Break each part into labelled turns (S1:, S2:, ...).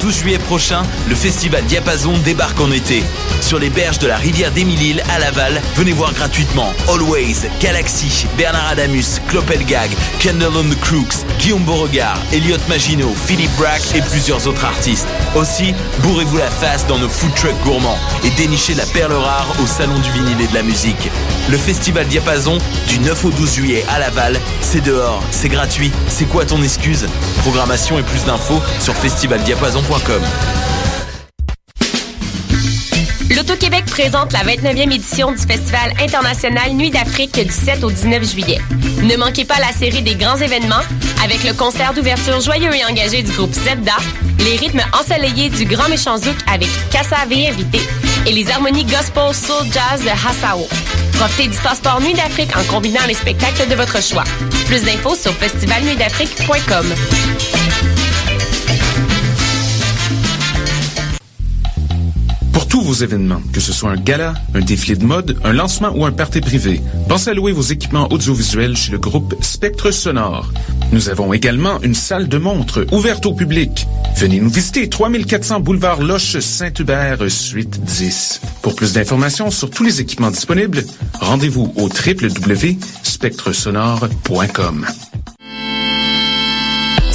S1: 12 juillet prochain, le festival Diapason débarque en été. Sur les berges de la rivière d'Émilie à Laval, venez voir gratuitement Always, Galaxy, Bernard Adamus, Clopelgag, Kendall on the Crooks, Guillaume Beauregard, Elliot Maginot, Philippe Brack et plusieurs autres artistes. Aussi, bourrez-vous la face dans nos food trucks gourmands et dénichez la perle rare au Salon du vinyle et de la musique. Le festival Diapason du 9 au 12 juillet à Laval, c'est dehors, c'est gratuit, c'est quoi ton excuse Programmation et plus d'infos sur festivaldiapason.com.
S2: L'Auto-Québec présente la 29e édition du Festival international Nuit d'Afrique du 7 au 19 juillet. Ne manquez pas la série des grands événements avec le concert d'ouverture joyeux et engagé du groupe Zebda, les rythmes ensoleillés du Grand Méchant Zouk avec Kassavé invité et les harmonies gospel soul jazz de Hassao. Profitez du passeport Nuit d'Afrique en combinant les spectacles de votre choix. Plus d'infos sur festivalnuitdafrique.com.
S3: Pour tous vos événements, que ce soit un gala, un défilé de mode, un lancement ou un party privé, pensez à louer vos équipements audiovisuels chez le groupe Spectre Sonore. Nous avons également une salle de montre ouverte au public. Venez nous visiter 3400 boulevard Loche Saint-Hubert suite 10. Pour plus d'informations sur tous les équipements disponibles, rendez-vous au www.spectresonore.com.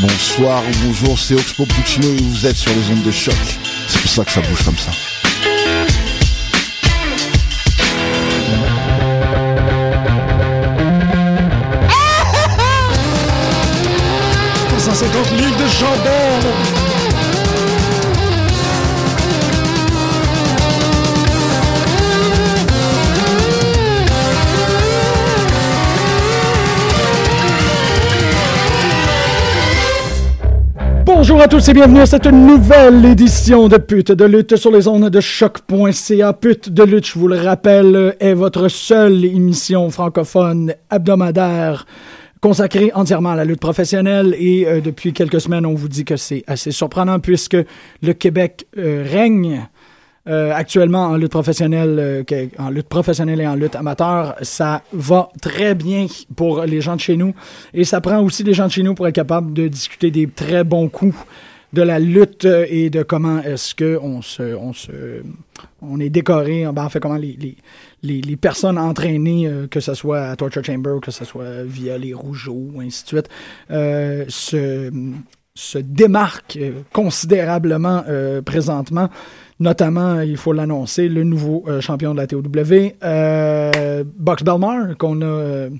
S4: Bonsoir ou bonjour, c'est Oxpo Puccino et vous êtes sur les ondes de choc. C'est pour ça que ça bouge comme ça.
S5: Pour 150 livres de chambon Bonjour à tous et bienvenue à cette nouvelle édition de Pute de lutte sur les ondes de choc.ca. Pute de lutte, je vous le rappelle, est votre seule émission francophone hebdomadaire consacrée entièrement à la lutte professionnelle et euh, depuis quelques semaines, on vous dit que c'est assez surprenant puisque le Québec euh, règne euh, actuellement en lutte professionnelle, euh, que- en lutte professionnelle et en lutte amateur, ça va très bien pour les gens de chez nous. Et ça prend aussi les gens de chez nous pour être capable de discuter des très bons coups de la lutte euh, et de comment est-ce que on se, on se, on est décoré. Ben, en fait, comment les, les, les, les personnes entraînées, euh, que ce soit à Torture Chamber, que ce soit via les Rougeaux, ainsi de suite, euh, se, se démarquent euh, considérablement euh, présentement. Notamment, euh, il faut l'annoncer, le nouveau euh, champion de la TOW, euh, Box Belmar, qu'on a euh,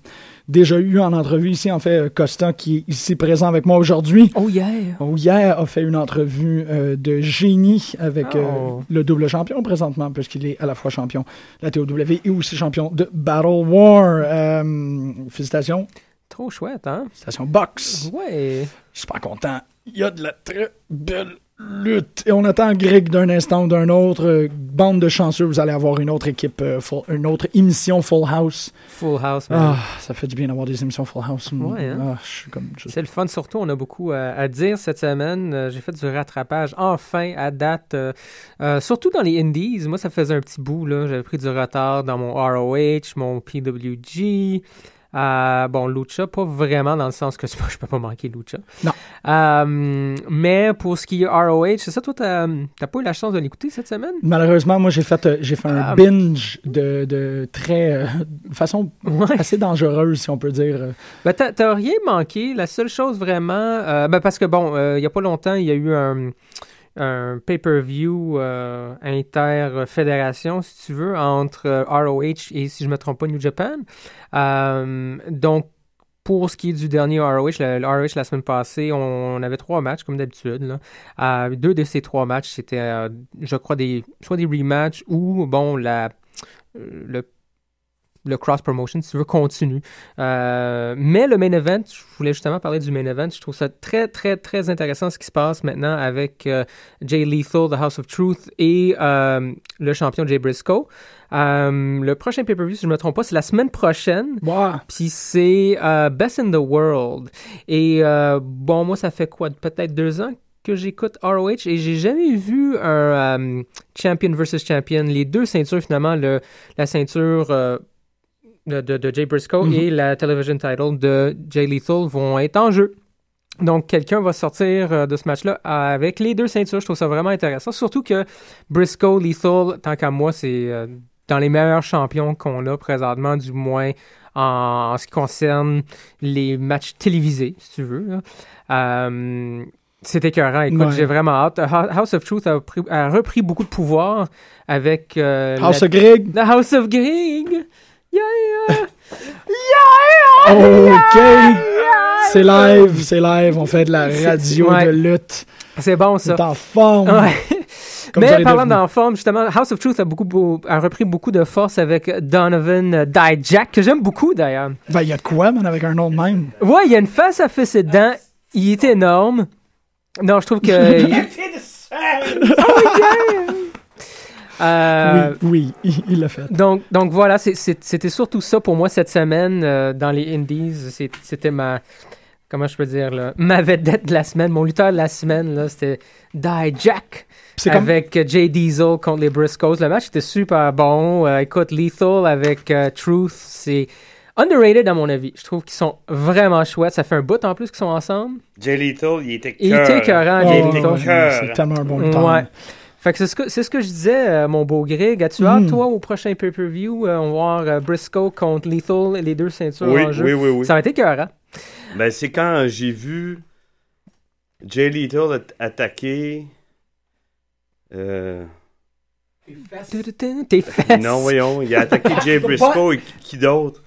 S5: déjà eu en entrevue ici. En fait, euh, Costa, qui est ici présent avec moi aujourd'hui.
S6: Oh yeah!
S5: Oh, Hier a fait une entrevue euh, de génie avec euh,
S6: Oh.
S5: le double champion présentement, puisqu'il est à la fois champion de la TOW et aussi champion de Battle War. Euh, félicitations,
S6: Trop chouette, hein?
S5: félicitations Box.
S6: Ouais!
S5: Je suis pas content. Il y a de la très belle lutte. Et on attend Greg d'un instant ou d'un autre. Euh, Bande de chanceux, vous allez avoir une autre équipe, euh, full- une autre émission Full House.
S6: Full House, man.
S5: Ah, ça fait du bien d'avoir des émissions Full House.
S6: Ouais, hein?
S5: Ah, je suis comme. je-
S6: C'est le fun, surtout, on a beaucoup à, à dire cette semaine. Euh, J'ai fait du rattrapage, enfin, à date. euh, euh, surtout dans les indies, moi, ça faisait un petit bout, là. J'avais pris du retard dans mon ROH, mon PWG. Euh, bon, Lucha, pas vraiment dans le sens que je peux pas manquer Lucha.
S5: Non.
S6: Euh, mais pour ce qui est ROH, c'est ça, toi, t'as t'as pas eu la chance de l'écouter cette semaine?
S5: Malheureusement, moi, j'ai fait, euh, j'ai fait un
S6: Ah.
S5: binge de, de très. euh, de façon assez dangereuse, si on peut dire. euh,
S6: Ben, t'as t'as rien manqué. La seule chose vraiment, euh, ben, parce que bon, euh, il n'y a pas longtemps, il y a eu un, un pay-per-view euh, inter-fédération, si tu veux, entre euh, ROH et, si je me trompe pas, New Japan. Euh, donc, pour ce qui est du dernier ROH, le, le ROH la semaine passée, on, on avait trois matchs, comme d'habitude. là. Euh, deux de ces trois matchs, c'était, euh, je crois, des, soit des rematchs ou, bon, la, euh, le le cross-promotion, si tu veux, continue. Euh, mais le main event, je voulais justement parler du main event. Je trouve ça très, très, très intéressant ce qui se passe maintenant avec euh, Jay Lethal, The House of Truth et euh, le champion Jay Briscoe. Euh, le prochain pay-per-view, si je ne me trompe pas, c'est la semaine prochaine.
S5: Wow.
S6: Puis c'est euh, Best in the World. Et euh, bon, moi, ça fait quoi? Peut-être deux ans que j'écoute ROH et j'ai jamais vu un euh, champion versus champion. Les deux ceintures, finalement, le, la ceinture euh, de, de- de Jay Briscoe
S5: Mhm.
S6: et la television title de Jay Lethal vont être en jeu. Donc, quelqu'un va sortir euh, de ce match-là avec les deux ceintures. Je trouve ça vraiment intéressant. Surtout que Briscoe, Lethal, tant qu'à moi, c'est euh, dans les meilleurs champions qu'on a présentement, du moins en, en ce qui concerne les matchs télévisés, si tu veux. là. Euh, c'est écœurant. Écoute,
S5: Ouais.
S6: j'ai vraiment hâte. Ho- House of Truth a, pris- a repris beaucoup de pouvoir avec euh,
S5: House
S6: la-
S5: of Greg.
S6: The House of Greg. Yeah!
S5: OK. C'est live, c'est live. On fait de la
S6: C'est-
S5: radio
S6: ouais.
S5: de lutte.
S6: C'est bon
S5: C'est
S6: ça.
S5: en forme.
S6: Ouais.
S5: Comme vous
S6: Mais
S5: allez
S6: parlant
S5: deviner.
S6: d'en forme, justement, House of Truth a, beaucoup, beau- a repris beaucoup de force avec Donovan euh, Dijak, que j'aime beaucoup d'ailleurs.
S5: Ben, il y a de quoi, man, avec un nom de même?
S6: Ouais, il y a une face à fait ses dents. Il est énorme. Non, je trouve que. il- Oh, Euh,
S5: Oui, oui, il l'a fait.
S6: Donc, donc voilà, c'est- c'est- c'était surtout ça pour moi cette semaine euh, dans les Indies. C'est- C'était ma. Comment je peux dire, là, ma vedette de la semaine, mon lutteur de la semaine, là, c'était Dijak
S5: C'est comme...
S6: avec euh, Jay Diesel contre les Briscoes. Le match était super bon. Euh, écoute, Lethal avec euh, Truth, c'est underrated à mon avis. Je trouve qu'ils sont vraiment chouettes. Ça fait un bout en plus qu'ils sont ensemble.
S7: Jay Lethal, il était
S6: Il
S7: cœur.
S6: était écœurant,
S5: Oh,
S6: Jay
S7: Il était
S6: Lethal.
S7: cœur.
S5: c'est tellement un bon lutteur.
S6: Ouais. Fait que c'est ce que c'est ce que je disais, euh, mon beau Greg. As-tu
S5: Mm.
S6: hâte, toi, au prochain pay-per-view, euh, on va voir euh, Briscoe contre Lethal, les deux ceintures
S7: Oui,
S6: en jeu.
S7: oui, oui, oui.
S6: Ça va être écœurant.
S7: Ben, c'est quand j'ai vu Jay Lethal at- attaquer. euh,
S6: Tes fesses.
S7: Non, voyons, il a attaqué Jay Briscoe et qui- qui d'autre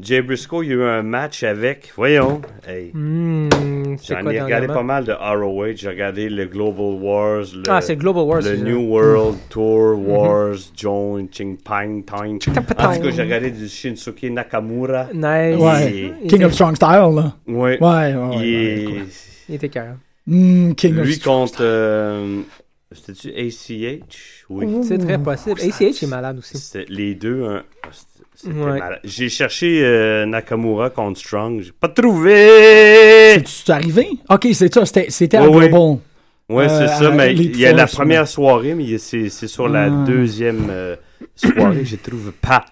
S7: Jay Briscoe, il y a eu un match avec. Voyons. Hey.
S6: Hmm, c'est
S7: J'en
S6: quoi
S7: ai regardé
S6: dernièrement?
S7: pas mal de ROH. J'ai regardé le Global Wars, le,
S6: Ah, c'est Hmm. Global Wars.
S7: le
S6: celui-là.
S7: New World Tour Wars, John, Ching Pang, Tang. En tout cas, j'ai regardé du Shinsuke Nakamura.
S6: Nice.
S5: Ouais.
S6: Il
S5: King
S6: était-
S5: of Strong Style, là. Ouais,
S7: Ouais.
S5: ouais, ouais.
S7: Il
S5: ouais,
S7: est-
S5: cool.
S6: Il était écœurant.
S5: Hmm, King of
S7: Lui
S5: Strong
S7: contre. euh, C'était-tu ACH Oui.
S6: C'est très possible. ACH est malade aussi.
S7: C'était les deux. un- c'était- c'était
S6: Ouais.
S7: malade. J'ai cherché euh, Nakamura contre Strong. J'ai pas trouvé.
S5: Style. C'est arrivé? OK, c'est ça. C'était c'était à
S7: Ouais, ouais.
S5: Global.
S7: Ouais,
S5: Euh,
S7: c'est ça,
S5: à
S7: mais
S5: Elite
S7: il y a la
S5: Force,
S7: première soirée, mais il y a- c'est c'est sur la
S5: Ah.
S7: deuxième euh, soirée que je trouve pas.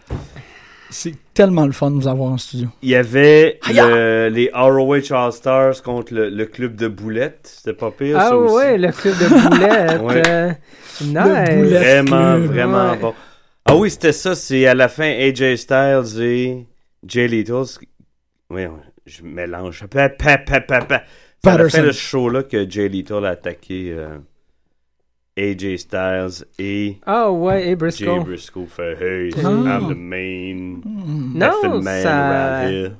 S5: C'est tellement le fun de vous avoir en studio.
S7: Il y avait le- les ROH All-Stars contre le, le club de boulettes. C'était pas pire,
S6: Ah
S7: ça aussi.
S6: ouais, le club de boulettes.
S7: Ouais.
S6: euh,
S5: Le
S6: nice.
S5: boulet.
S7: Vraiment,
S5: Club.
S7: vraiment
S6: Ouais.
S7: bon. Ah oui, c'était ça, c'est à la fin AJ Styles et Jay Lethal. Oui, je mélange. Pa, pa, pa, pa, pa. C'est à la
S5: Patterson.
S7: fin de ce show-là que Jay Lethal a attaqué euh, AJ Styles et...
S6: Ah ouais, et
S7: Jay
S6: Briscoe.
S7: Briscoe fait Hey,
S6: Ah.
S7: I'm the main. effing
S6: Non,
S7: man
S6: ça,
S7: around here.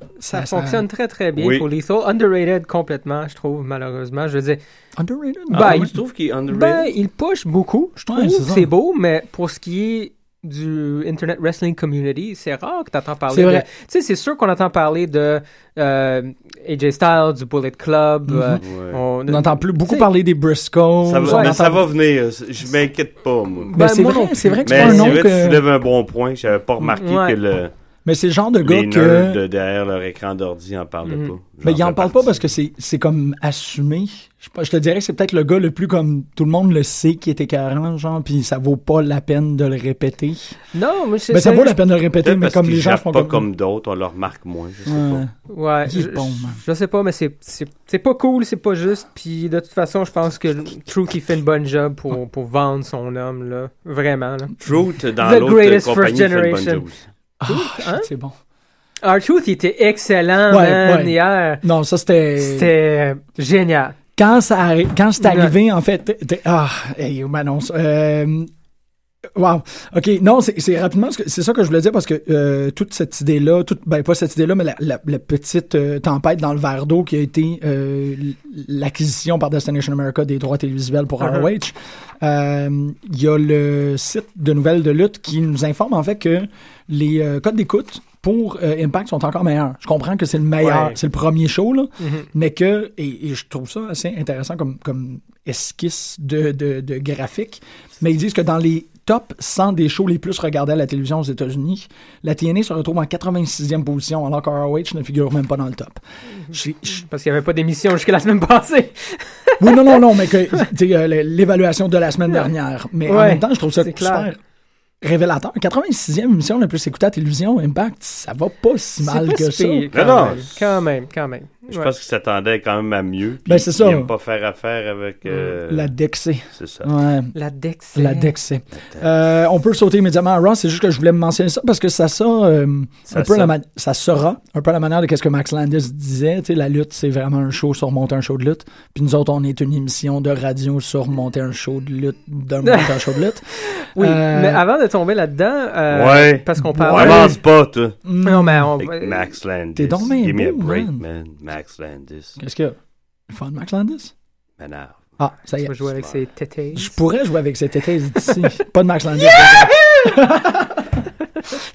S5: Hmm.
S6: ça
S5: Ça-
S6: fonctionne très très bien
S7: Oui.
S6: pour Lethal. Underrated complètement, je trouve, malheureusement. Je veux dire,
S5: Underrated?
S6: Ben,
S7: Ah,
S6: il-
S7: oui, tu trouves qu'il est
S6: ben,
S7: underrated?
S6: il push beaucoup, je trouve.
S5: Ouais, c'est ça.
S6: c'est beau, mais pour ce qui est du Internet Wrestling Community, c'est rare que t'entends parler.
S5: C'est
S6: de-
S5: vrai.
S6: Tu sais, c'est sûr qu'on entend parler de euh, AJ Styles, du Bullet Club. euh,
S7: Ouais.
S6: on-
S5: Mhm. On n'entend plus beaucoup
S6: Tu sais,
S5: parler des Briscoes.
S7: ça, va,
S5: On
S7: mais
S5: entend-
S7: ça va venir, je m'inquiète pas, moi.
S5: Ben,
S6: Ben,
S5: c'est
S6: moi
S5: vrai,
S6: non
S5: c'est vrai que c'est
S7: Mais
S5: pas un
S7: c'est
S5: nom
S7: vrai, tu
S5: que...
S7: soulèves un bon point. J'avais pas remarqué
S6: Ouais.
S7: que le,
S5: Mais c'est le genre de gars
S7: les nerds
S5: que...
S7: derrière leur écran d'ordi en parlent
S6: Mhm.
S7: pas.
S5: Mais il en parle pas parce que c'est c'est comme assumé. Je, sais pas, je te dirais que c'est peut-être le gars le plus comme... Tout le monde le sait qui est écœurant, genre, puis ça vaut pas la peine de le répéter.
S6: Non, mais c'est
S5: Mais Ben, ça
S6: c'est-
S5: vaut la peine de le répéter, mais
S7: parce
S5: comme les gens font
S7: font pas comme d'autres, on leur marque moins, je sais
S5: Ouais.
S6: Ouais,
S5: Il est
S6: je,
S5: bon, man.
S6: je sais pas, mais c'est- c'est c'est pas cool, c'est pas juste. Puis de toute façon, je pense que Truth, il fait une bonne job pour, pour vendre son homme, là. Vraiment, là.
S7: pas. Truth dans
S6: The
S7: l'autre
S6: greatest first
S7: compagnie fait le
S6: generation.
S7: bon job.
S6: hein?
S5: Ah, C'est bon.
S6: Our Truth, il était excellent,
S5: Ouais,
S6: man,
S5: ouais.
S6: hier.
S5: Non, ça c'était...
S6: C'était génial.
S5: Quand ça arri- quand c'est
S6: Ouais.
S5: arrivé, en fait... t'es- t'es- Ah, hey, Manon, euh, Wow. OK. Non, c'est c'est rapidement, ce que- c'est ça que je voulais dire parce que euh, toute cette idée-là, toute, ben pas cette idée-là, mais la, la- la petite euh, tempête dans le verre d'eau qui a été euh, l- l'acquisition par Destination America des droits télévisuels pour
S6: Mhm.
S5: ROH, euh, il y a le site de nouvelles de lutte qui nous informe en fait que les euh, codes d'écoute pour euh, Impact sont encore meilleurs. Je comprends que c'est le meilleur,
S6: Ouais.
S5: c'est le premier show, là,
S6: Mhm.
S5: mais que, et, et je trouve ça assez intéressant comme, comme esquisse de, de, de graphique, mais ils disent que dans les top 100 des shows les plus regardés à la télévision aux États-Unis, la TNA se retrouve en 86e position, alors que ROH ne figure même pas dans le top.
S6: Mm-hmm.
S5: C'est- je-
S6: Parce qu'il n'y avait pas d'émission jusqu'à la semaine passée.
S5: Oui, non, non, non, mais que tu sais, euh, l- l'évaluation de la semaine dernière. Mais en
S6: Ouais,
S5: même temps, je trouve ça
S6: c'est
S5: super
S6: clair.
S5: révélateur. 86e émission la plus écoutée à la télévision, Impact, ça va pas si mal
S6: C'est pas
S5: que
S6: si
S5: ça.
S6: pire,
S7: Non,
S6: Quand même, quand
S7: non.
S6: même, quand même.
S7: Je
S6: Ouais.
S7: pense qu'ils s'attendaient quand même à mieux. puis
S5: Ben, c'est ça.
S7: Ils n'aiment pas faire affaire avec. euh,
S5: La Dexé.
S7: C'est ça.
S5: Ouais.
S6: La Dex.
S5: La Dex. Euh, on peut sauter immédiatement à Raw, c'est juste que je voulais me mentionner ça parce que ça ça, euh,
S7: Ça
S5: un peu la
S7: sort.
S5: ma- ça sera un peu à la manière de qu'est-ce que Max Landis disait, tu sais, la lutte c'est vraiment un show sur monter un show de lutte, puis nous autres on est une émission de radio sur monter un show de lutte, de monter un show de lutte.
S6: Oui,
S5: Euh,
S6: mais avant de tomber là-dedans, euh,
S7: Ouais.
S6: parce qu'on parle.
S7: Commence pas, toi.
S5: Hmm.
S6: Non, mais on.
S7: Avec Max Landis.
S5: T'es donc bien
S7: Give me a
S5: beau,
S7: break,
S5: man.
S7: man. Max Landis.
S5: Qu'est-ce que le fun de Max Landis
S7: M'énerve.
S5: Ah, ça y
S6: Tu
S5: est.
S6: vas jouer avec ses tétés. Ben,
S5: Je pourrais jouer avec cette thèse d'ici, pas de Max Landis.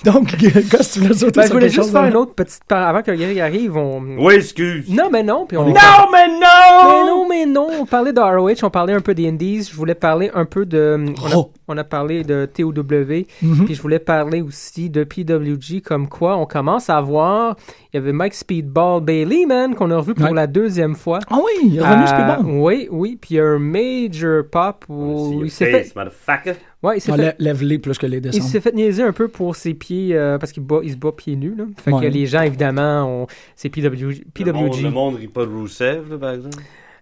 S5: Donc, Gosse, tu voulais sauter
S6: Ben,
S5: sur
S6: je voulais
S5: quelque
S6: juste
S5: chose hein?
S6: faire
S5: là?
S6: une autre petite. par- Avant que le Greg arrive, on.
S7: Oui, excuse.
S6: Non, mais non, puis on.
S7: Non, mais
S6: Mais
S7: non!
S6: non, mais non, on parlait de ROH, on parlait un peu des Indies, je voulais parler un peu de. On a,
S5: Oh.
S6: on a parlé de TOW,
S5: Mhm.
S6: puis je voulais parler aussi de PWG, comme quoi on commence à voir. Il y avait Mike Speedball Bailey, man, qu'on a revu pour
S5: Ouais.
S6: la deuxième fois.
S5: Ah oui, il est revenu, c'est
S6: Euh,
S5: plus bon.
S6: Oui, oui, puis il y a un major pop où il
S7: C'est
S6: s'est fait.
S7: motherfucker.
S6: Ouais, il s'est
S5: On
S6: fait-
S5: Ah, lè- Lève-les plus que les
S6: il
S5: descendre.
S6: s'est fait niaiser un peu pour ses pieds, euh, parce qu'il bat- il se bat pieds nus. Là. Fait que
S5: Ouais.
S6: les gens, évidemment, ont... c'est PWG.
S7: Le monde, le monde rit pas de Rousseff, là, par exemple.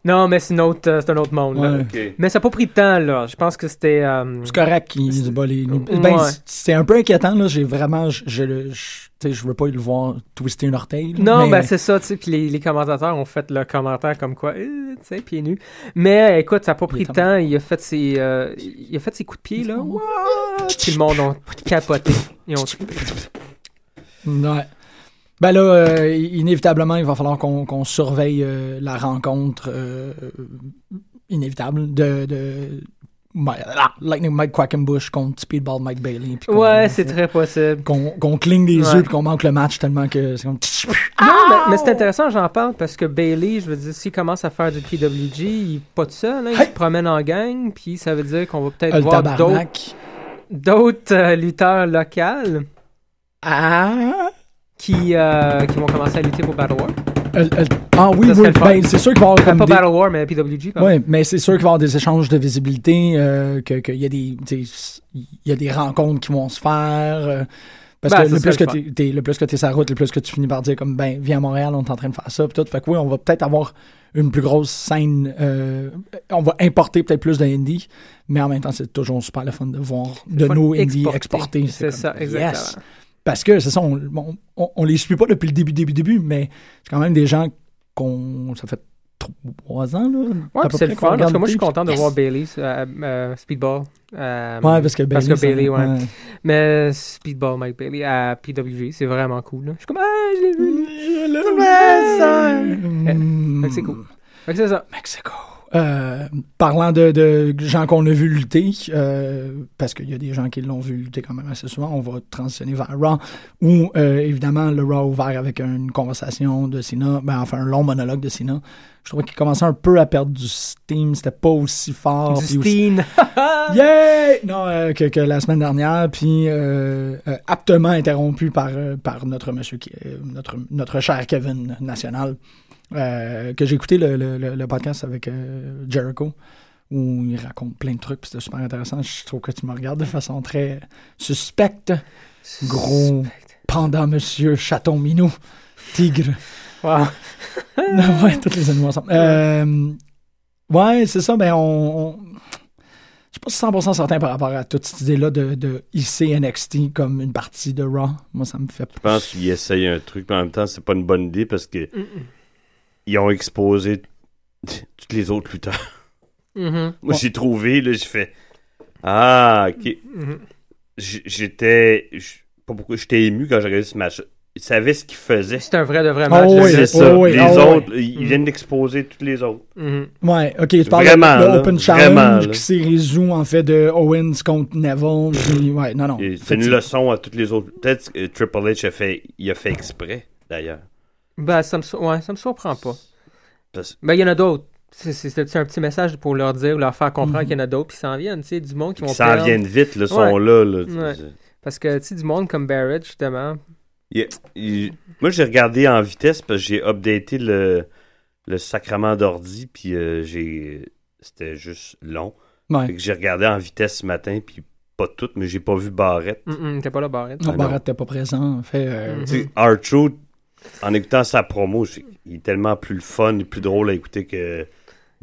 S6: Non, mais c'est une autre- euh, c'est un autre monde. là.
S5: Ouais.
S7: Ok.
S6: Mais ça n'a pas pris de temps, là. Je pense que c'était. euh,
S5: C'est correct qu'il se bat les nuits.
S6: Ouais.
S5: Ben, c'est- c'est un peu inquiétant, là. J'ai vraiment. Je, je, le- je- tu sais, je veux pas le voir twister une orteil. là,
S6: Non,
S5: mais-
S6: ben c'est ça, tu sais. Puis les, les commentateurs ont fait le commentaire comme quoi, euh, tu sais, pieds nus. Mais euh, écoute, ça n'a pas
S5: Il
S6: pris
S5: est
S6: de temps. Il a fait ses, euh, il a fait ses coups de pied, là. Ouah! Puis le monde ont capoté. Ils ont-
S5: Ouais. Ben là, euh, inévitablement, il va falloir qu'on qu'on surveille euh, la rencontre euh, inévitable de. de Ma- ah, Lightning Mike Quackenbush contre Speedball Mike Bailey. puis qu'on-
S6: Ouais, c'est très possible.
S5: Qu'on qu'on cligne des
S6: Ouais.
S5: yeux et qu'on manque le match tellement que c'est comme.
S6: Non, mais, mais c'est intéressant, j'en parle, parce que Bailey, je veux dire, s'il commence à faire du PWG, il est pas tout seul, hein, il
S5: Hey!
S6: se promène en gang, puis ça veut dire qu'on va peut-être
S5: Ah, le
S6: voir d'autres-
S5: tabarnak.
S6: d'autres euh, lutteurs locaux
S5: Ah!
S6: qui, euh, qui vont commencer à lutter pour Battle War.
S5: Euh, euh, ah oui, oui.
S6: Ça serait le fun.
S5: Ben, c'est sûr qu'il va y avoir
S6: Enfin,
S5: comme
S6: pas
S5: des-
S6: Battle War, mais PWG, pardon.
S5: Oui, mais c'est sûr qu'il va y avoir des échanges de visibilité, euh, que- qu'il y, a des- tu sais, il y a des rencontres qui vont se faire. euh, parce
S6: Ben,
S5: que,
S6: ça
S5: le plus que,
S6: serait le
S5: t'es, t'es- le plus que t'es sur la route, le plus que tu finis par dire comme ben viens à Montréal, on est en train de faire ça pis tout. Fait que oui, on va peut-être avoir une plus grosse scène euh, on va importer peut-être plus d'indie, mais en même temps c'est toujours super le fun de voir de
S6: Faut
S5: nos indies
S6: exporter.
S5: exportés.
S6: C'est
S5: comme,
S6: ça, exactement.
S5: yes. Parce que c'est ça, on, on, on- on les suit pas depuis le début, début, début, mais c'est quand même des gens qu'on. Ça fait trois ans, là.
S6: Ouais,
S5: à peu
S6: puis c'est
S5: près
S6: le
S5: qu'on
S6: fun. Parce
S5: regarde
S6: que moi, je suis
S5: le
S6: content de
S5: Yes.
S6: voir Bailey, euh, euh, Speedball. euh,
S5: Ouais, parce que Bailey. ça-
S6: Bailey, ouais. Mais Speedball Mike Bailey à PWG, c'est vraiment cool. là. Je suis comme, ah, je l'ai vu.
S5: Mm.
S6: Fait que c'est cool. Fait que c'est ça.
S5: Mexico. Euh, parlant de, de gens qu'on a vu lutter, euh, parce qu'il y a des gens qui l'ont vu lutter quand même assez souvent, on va transitionner vers Raw, où euh, évidemment le Raw ouvert avec une conversation de Cena, ben, enfin un long monologue de Cena. Je trouvais qu'il commençait un peu à perdre du steam, c'était pas aussi fort.
S6: du
S5: Ah, puis aussi-
S6: Steen.
S5: Yeah! Non, euh, que, que la semaine dernière, puis euh, euh, aptement interrompu par, euh, par notre monsieur, qui- euh, notre, notre cher Kevin National, euh, que j'ai écouté le, le- le- le podcast avec euh, Jericho, où il raconte plein de trucs, puis c'était super intéressant. Je trouve que tu me regardes de façon très suspecte, Gros. panda, monsieur, chaton, minou, tigre.
S6: Wow.
S5: Non, Ah ouais, tous les animaux ensemble. Euh, ouais, c'est ça, mais on. on- Je suis pas 100% certain par rapport à toute cette idée-là de, de hisser NXT comme une partie de Raw. Moi, ça me fait.
S7: Je pense qu'ils essayent un truc, mais en même temps, c'est pas une bonne idée parce que ils ont exposé toutes les autres lutteurs.
S6: Mhm.
S7: Moi, j'ai trouvé, là, j'ai fait. Ah, ok. J- J'étais. j- Pas beaucoup. J'étais ému quand j'ai regardé ce match. Il savait ce qu'il faisait.
S6: C'est un vrai de vrai
S5: Oh
S6: match.
S5: oui.
S7: C'est
S6: là.
S7: ça.
S5: oui,
S7: les
S5: ah oui.
S7: autres, ils ils viennent d'exposer toutes les autres.
S6: Mhm.
S5: Ouais, ok, tu parles de-
S7: Vraiment,
S5: de
S7: là,
S5: Open
S7: vraiment,
S5: Challenge
S7: là.
S5: qui s'est résolu en fait de Owens contre Neville. puis, ouais, non, non.
S7: Et C'est une leçon à toutes les autres. Peut-être que Triple H a fait, il a fait exprès, d'ailleurs.
S6: Ben, ça me, sou- ouais, ça me surprend pas.
S7: Parce-
S6: Ben, il y en a d'autres. C'est- C'est c'est un petit message pour leur dire, leur faire comprendre
S5: Mm-hmm.
S6: qu'il y en a d'autres qui s'en viennent, tu sais, du monde qui vont
S7: Ils s'en
S6: perdre.
S7: viennent vite, là, sont
S6: Ouais.
S7: là. là.
S6: Ouais. Parce que, tu sais, du monde comme Barrett, justement.
S7: Il- il- Moi, j'ai regardé en vitesse parce que j'ai updaté le, le sacrement d'ordi, puis euh, j'ai c'était juste long. Fait
S5: Ouais.
S7: que j'ai regardé en vitesse ce matin, puis pas tout, mais j'ai pas vu Barrette.
S6: Mm-mm, T'es pas là, Barrett.
S5: Non,
S7: Ah,
S5: Barrett t'es pas présent. en Fait, euh,
S6: Mhm.
S7: Tu sais, R-Truth, en écoutant sa promo, j'ai- il est tellement plus le fun et plus drôle à écouter que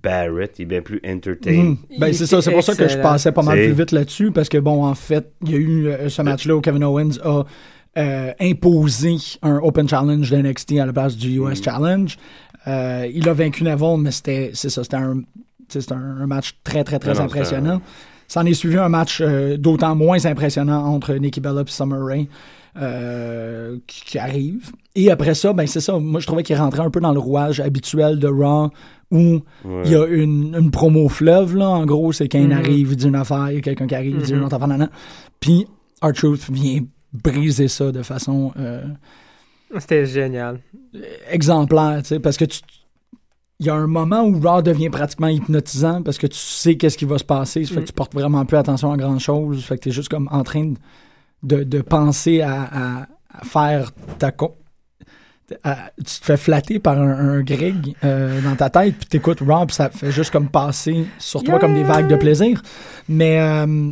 S7: Barrett. Il est bien plus entertaining.
S5: Mhm. Ben,
S6: Il
S5: c'est ça, c'est pour ça que je
S6: excellent.
S5: passais pas mal
S7: C'est-
S5: plus vite là-dessus, parce que bon, en fait, il y a eu euh, ce match-là où Kevin Owens a euh, imposé un Open Challenge de NXT à la place du US
S7: Mm.
S5: Challenge. Euh, il a vaincu Neville, mais c'était, c'est ça, c'était un, tu sais, c'était un un match très, très, très
S7: Non, non,
S5: impressionnant. S'en est suivi un match euh, d'autant moins impressionnant entre Nikki Bella et Summer Rae euh, qui, qui arrive. Et après ça, ben c'est ça. Moi, je trouvais qu'il rentrait un peu dans le rouage habituel de Raw où il y a une, une promo fleuve, là. En gros, c'est qu'un arrive d'une affaire, il y a quelqu'un qui arrive d'une autre affaire, nan, nan. Puis, R-Truth vient briser ça de façon euh,
S6: C'était génial.
S5: exemplaire, tu sais, parce que tu. Il y a un moment où Raw devient pratiquement hypnotisant parce que tu sais qu'est-ce qui va se passer. Ça fait que tu portes vraiment plus attention à grand chose. Ça fait que tu es juste comme en train de, de, de penser à, à- à faire ta. co- à- tu te fais flatter par un, un Greg euh, dans ta tête, puis t'écoutes Raw, puis ça fait juste comme passer sur toi comme des vagues de plaisir. Mais euh,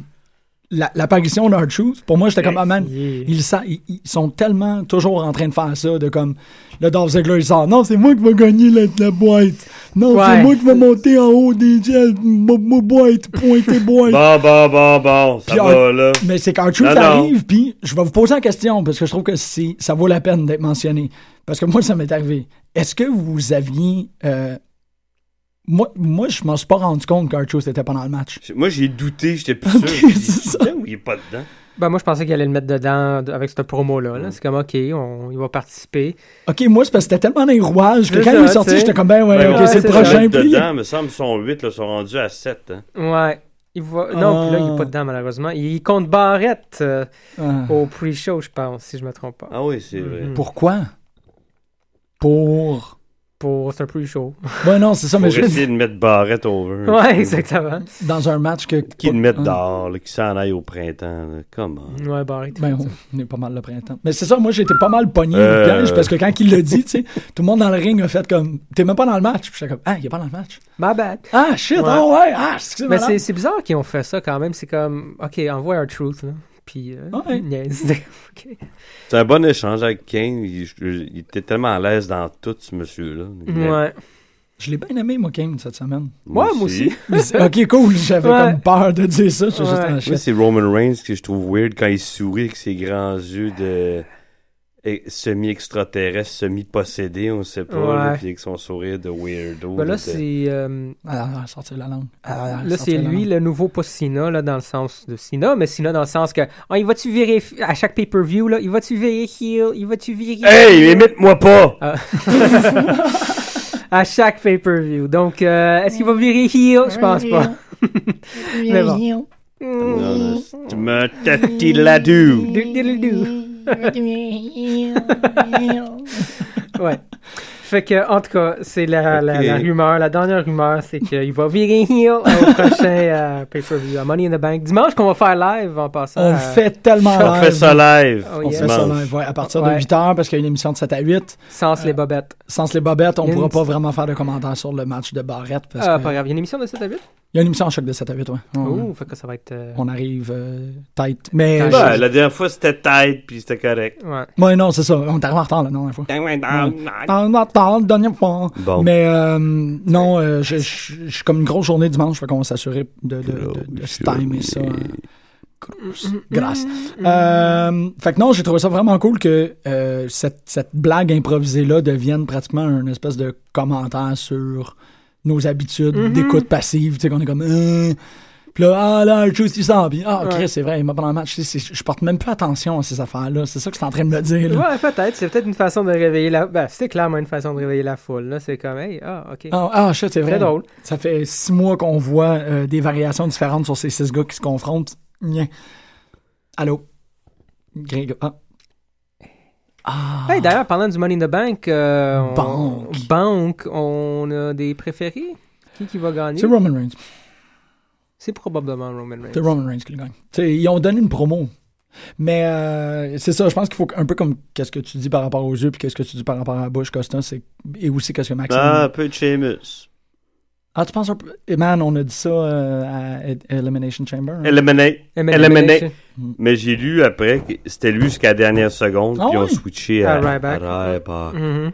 S5: la- l'apparition d'un truth, pour moi, j'étais comme, ah man, ils, sa- ils- ils sont tellement toujours en train de faire ça, de comme, le Dolph Ziggler, il sort, non, c'est moi qui vais gagner la, la boîte. Non, c'est
S6: Ouais.
S5: moi qui vais monter en haut des gels, ma, ma boîte, pointer boîte.
S7: Bon, bon, bon, bon, ça
S5: Puis
S7: va,
S5: un-
S7: là.
S5: Mais c'est quand
S7: Non,
S5: Truth
S7: non.
S5: arrive, puis je vais vous poser en question, parce que je trouve que c'est, ça vaut la peine d'être mentionné. Parce que moi, ça m'est arrivé. Est-ce que vous aviez... euh, moi, moi, je m'en suis pas rendu compte qu'Artruth était pendant le match.
S7: Moi, j'ai douté, j'étais plus
S5: Ok,
S7: sûr. J'ai dit,
S5: c'est ça.
S7: Tiens, il est pas dedans.
S6: Ben, moi, je pensais qu'il allait le mettre dedans de- avec cette promo-là. là. C'est comme, OK, on- il va participer.
S5: OK, moi, c'est parce que c'était tellement dans les rouages que
S6: C'est
S5: quand
S6: ça,
S5: il est sorti,
S6: tu sais.
S5: j'étais comme, ben ouais,
S7: Ben,
S5: OK,
S6: ouais,
S5: c'est
S6: c'est
S5: le
S6: ça.
S5: prochain.
S7: J'ai
S5: Puis,
S7: dedans, me semble, sont 8, là, sont rendus à 7. Hein.
S6: Ouais. Il va... Non, puis là, il est pas dedans, malheureusement. Il compte Barrett euh,
S5: Ah.
S6: au pre-show, je pense, si je me trompe pas.
S7: Ah oui, c'est vrai.
S5: Pourquoi? Pour.
S6: Pour... C'est un pre-show.
S5: Ouais, non, c'est ça,
S6: Ah,
S5: mais
S7: Pour
S5: je
S7: essayer de mettre Barrette over.
S6: ouais, exactement.
S5: dans un match que.
S7: Qu'il le mette
S5: Hein.
S7: dehors, là, qu'il s'en aille au printemps. Là. Comment?
S6: Ouais, Barrett.
S5: Ben, on est pas mal le printemps. Mais c'est ça, moi, j'étais pas mal pogné
S7: Euh.
S5: le piège parce que quand il l'a dit, tu sais, tout le monde dans le ring a fait comme. T'es même pas dans le match. Puis j'étais comme, ah, il est pas dans le match.
S6: My bad.
S5: Ah, shit,
S6: Ouais.
S5: ah ouais, ah, c'est que c'est
S6: Mais
S5: malade.
S6: c'est, c'est bizarre qu'ils ont fait ça quand même. C'est comme, OK, envoie un truth, là. Puis, euh,
S5: Ouais.
S6: niaise. OK.
S7: C'est un bon échange avec Kane. Il, il était tellement à l'aise dans tout, ce monsieur-là.
S6: Ouais.
S5: Je l'ai bien aimé, moi, Kane, cette semaine.
S6: Moi, moi aussi.
S5: Mais c'est- ok, cool, j'avais
S6: Ouais.
S5: comme peur de dire ça. J'étais
S6: Ouais.
S5: juste en
S7: Moi,
S5: shit.
S7: c'est Roman Reigns que je trouve weird quand il sourit avec ses grands yeux de eh, semi-extraterrestre, semi-possédé, on sait pas, là,
S6: Ouais.
S7: puis avec son sourire de weirdo.
S6: Ben là,
S7: de-
S6: c'est, euh,
S5: Ah, sortir la langue. Ah,
S6: là, c'est
S5: sortir la
S6: lui,
S5: langue.
S6: le nouveau, pas Sina, là, dans le sens de Sina, mais Sina dans le sens que, ah, il va-tu virer, à chaque pay-per-view, là, il va-tu virer heel, il va-tu virer...
S7: Hey,
S6: heel?
S7: imite-moi pas!
S6: À chaque pay-per-view. Donc, euh, est-ce qu'il va virer heel? Je pense pas. mais bon.
S7: Non, non, c'est- Tu me tatis là-dou!
S6: Doodle-doodle-doo. ouais. Fait que, en tout cas, c'est la, la,
S7: Ok.
S6: la rumeur, la dernière rumeur, c'est qu'il va virer heel au prochain euh, pay-per-view à Money in the Bank. Dimanche qu'on va faire live en passant.
S5: On
S6: euh, à-
S5: le fait tellement
S7: On
S5: live.
S7: fait ça live!
S6: Oh,
S5: On
S6: yeah.
S5: fait ça
S7: dimanche.
S5: live, ouais, à partir
S6: Ouais.
S5: de 8h, parce qu'il y a une émission de 7 à 8.
S6: Sans
S5: Euh,
S6: les bobettes.
S5: Sans les bobettes, on
S6: Il y a une
S5: pourra pas
S6: petite-
S5: vraiment faire de commentaires sur le match de Barrette. Parce
S6: Ah,
S5: que-
S6: pas grave. Il y a une émission de 7 à 8?
S5: Il y a une émission en choc de 7 à 8, ouais. On,
S6: Ouh, fait que ça va être... euh,
S5: on arrive euh, tight. Mais.
S6: Ben,
S7: Ben, la dernière fois, c'était tête, puis c'était correct.
S6: Ouais.
S5: Ouais, non, c'est ça. On est arrivé en retard la dernière fois.
S7: Bon.
S5: En retard, la dernière fois. Mais euh, non, euh, je je- je suis comme une grosse journée dimanche, fait qu'on va s'assurer de, de, de, de se timer ça. hein. Grosse grâce. Euh, fait que non, j'ai trouvé ça vraiment cool que euh, cette, cette blague improvisée-là devienne pratiquement un espèce de
S6: Mm-hmm.
S5: commentaire sur nos habitudes d'écoute passive. Tu sais, qu'on est comme... Euh, puis Puis là, ah là, le chose, il sort. Puis, ah, ok,
S6: Ouais.
S5: c'est vrai, il m'a pendant le match. Tu sais, c'est- je porte même plus attention à ces affaires-là. C'est ça que c'est en train de me dire. là.
S6: Ouais, peut-être. C'est peut-être une façon de réveiller la. Ben, c'est clairement une façon de réveiller la foule. Là, c'est comme, hey, ah, ok.
S5: Ah, ah, shit, c'est vrai.
S6: Très drôle.
S5: Ça fait six mois qu'on voit euh, des variations différentes sur ces six gars qui se confrontent. Nien. Allô? Gringo. Ah.
S6: Hey, d'ailleurs, parlant du Money in the Bank, euh, on-
S5: Banque.
S6: banque, on a des préférés. Qui qui va gagner
S5: C'est Roman Reigns.
S6: C'est probablement Roman Reigns.
S5: C'est Roman Reigns qui le gagne. Tu sais, ils ont donné une promo. Mais euh, c'est ça, je pense qu'il faut un peu comme qu'est-ce que tu dis par rapport aux yeux puis qu'est-ce que tu dis par rapport à la bouche, Costa, c'est et aussi qu'est-ce que Maxime.
S7: Ah, un
S5: Ah,
S7: peu de Sheamus.
S5: tu penses un peu- Eh, man, on a dit ça euh, à Elimination Chamber. hein?
S7: Eliminate.
S6: Elimination.
S7: Eliminate. Mais j'ai lu après que c'était lui jusqu'à la dernière seconde,
S5: Ah
S7: puis on
S5: ouais?
S7: switché
S6: À
S7: à,
S6: Ryback.
S7: à Ryback.
S6: Mhm.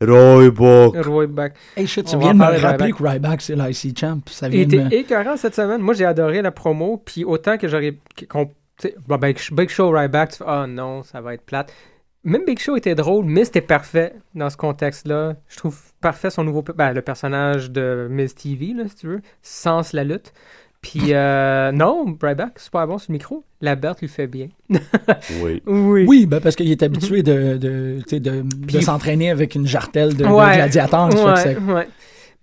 S7: Ryback.
S6: Royback.
S5: Hey shit, tu
S6: On
S5: viens
S6: va
S5: de
S6: en parler
S5: me
S6: de
S5: rappeler
S6: Ryback.
S5: que Ryback c'est l'IC champ, puis ça
S6: Il
S5: vient de me-
S6: était écœurant cette semaine. Moi, j'ai adoré la promo. Puis autant que j'aurais. qu'on- tu sais, bon, Big, Big Show, Ryback, tu fais, ah non, ça va être plate. Même Big Show était drôle, mais c'était parfait dans ce contexte-là. Je trouve parfait son nouveau. pe- Ben, le personnage de Miss TV, là, si tu veux. Sens la lutte. Puis, euh, non, Ryback, super bon sur le micro. La Berthe lui fait bien. Oui.
S7: Oui.
S6: Mhm.
S5: Oui, ben parce qu'il est habitué de, de, tu sais, de, de
S6: Puis-
S5: s'entraîner avec une jartelle de, de
S6: Ouais.
S5: gladiateur. ça fait que
S6: Ouais,
S5: Ah, c'est-
S6: ouais.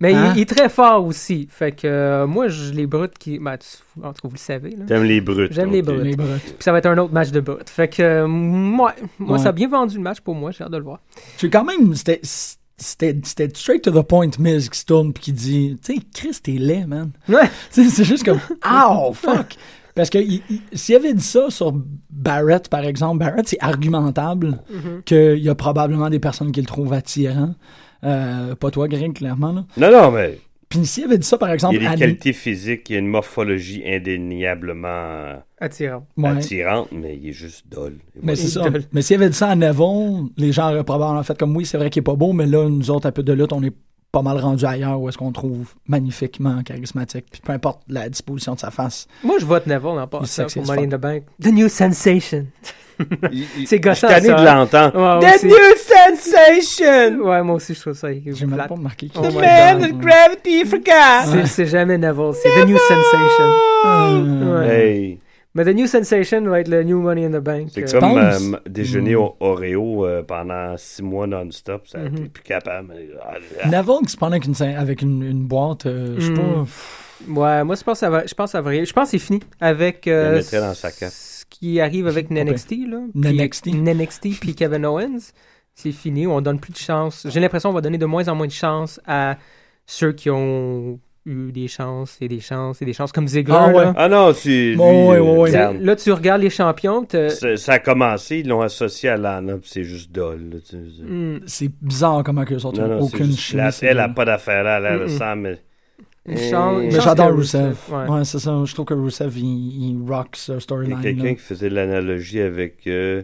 S6: Mais
S5: Hein?
S6: il, il est très fort aussi. Fait que euh, moi, je, les brutes qui. Ben, tu- en tout cas, vous le savez. Là.
S7: J'aime les brutes.
S6: J'aime les
S7: ok.
S6: brutes.
S5: Les brutes.
S6: Puis ça va être un autre match de brutes. Fait que euh, moi, moi
S5: Ouais.
S6: ça a bien vendu le match pour moi. J'ai hâte de le voir.
S5: C'est quand même, c'était, c'était, c'était straight to the point Miz qui se tourne puis qui dit, tu sais, Chris, t'es laid, man.
S6: Ouais.
S5: Tu sais, c'est juste comme, ow, fuck. Parce que il- il- s'il avait dit ça sur Barrett, par exemple, Barrett, c'est argumentable
S6: Mhm.
S5: qu'il y a probablement des personnes qui le trouvent attirant. Euh, pas toi, Greg, clairement. Là.
S7: Non, non, mais
S5: Puis s'il avait dit ça, par exemple,
S7: il y a
S5: à-
S7: des qualités physiques, il y a une morphologie indéniablement
S6: Attirant.
S5: Ouais.
S7: attirante, mais il est juste dol.
S5: Mais c'est ça.
S6: Idole.
S5: Mais s'il avait dit ça à Nevon, les gens auraient probablement fait comme oui, c'est vrai qu'il est pas beau, mais là, nous autres, à peu de lutte, on est pas mal rendu ailleurs où est-ce qu'on le trouve magnifiquement charismatique. Puis peu importe la disposition de sa face.
S6: Moi, je vote Neville en passant
S5: sexy
S6: pour
S5: as
S6: Money in
S5: fuck.
S6: the Bank. The New Sensation. C'est
S7: Je suis
S6: gossant,
S7: tanné
S6: ça. hein.
S7: de l'entendre.
S6: Ouais, moi
S7: The
S6: aussi.
S7: new sensation!
S6: Ouais, moi aussi, je trouve ça
S5: J'ai même
S6: plate.
S5: pas remarqué qui
S6: Oh my
S7: Man
S6: God.
S7: that gravity forgot!
S6: C'est- C'est jamais Neville. C'est The New Sensation.
S5: Euh,
S6: Ouais.
S7: Hey,
S6: Mais The New Sensation va être le New Money in the Bank.
S7: c'est
S6: euh,
S7: comme euh,
S5: penses? Hmm.
S7: m- déjeuner au Oreo euh, pendant six mois non-stop, ça t'es plus capable. mais- Ah, ah.
S5: Neville qui se prend avec une, avec une, une boîte, euh, je sais
S6: Mm.
S5: pas.
S6: Ouais, moi, je pense que ça va. Je pense que ça va rire. Je pense que c'est fini avec
S7: Je
S6: euh,
S7: le hein. mettrais dans sa cape.
S6: ce qui arrive avec NXT. Là, puis-
S5: NXT.
S6: NXT puis Kevin Owens. C'est fini. On donne plus de chance. J'ai l'impression qu'on va donner de moins en moins de chance à ceux qui ont eu des chances et des chances et des chances, comme Ziggler.
S5: Ah ouais.
S6: là.
S7: Ah non, c'est. lui,
S5: Bon, ouais,
S7: euh,
S5: ouais, ouais.
S7: regarde.
S6: Là, tu regardes les champions. t'as-
S7: Ça ça a commencé, ils l'ont associé à Lana, puis c'est juste dol. là, tu sais.
S6: Hmm.
S5: C'est bizarre comment que sortent
S7: Non, non, c'est
S5: aucune Hmm,
S7: juste la-
S5: chimie. c'est
S7: Elle n'a
S5: vrai.
S7: pas d'affaire, elle elle
S6: Mm-mm.
S7: le sent, mais. Hmm.
S6: Une chance- une
S7: Mais
S5: Mais
S6: chance
S5: j'adore
S6: que
S5: Rusev.
S6: Ouais.
S5: Ouais, c'est ça. Je trouve que Rusev, il, il rock ce
S7: Il y a
S5: storyline.
S7: quelqu'un
S5: là.
S7: qui faisait de l'analogie avec, euh,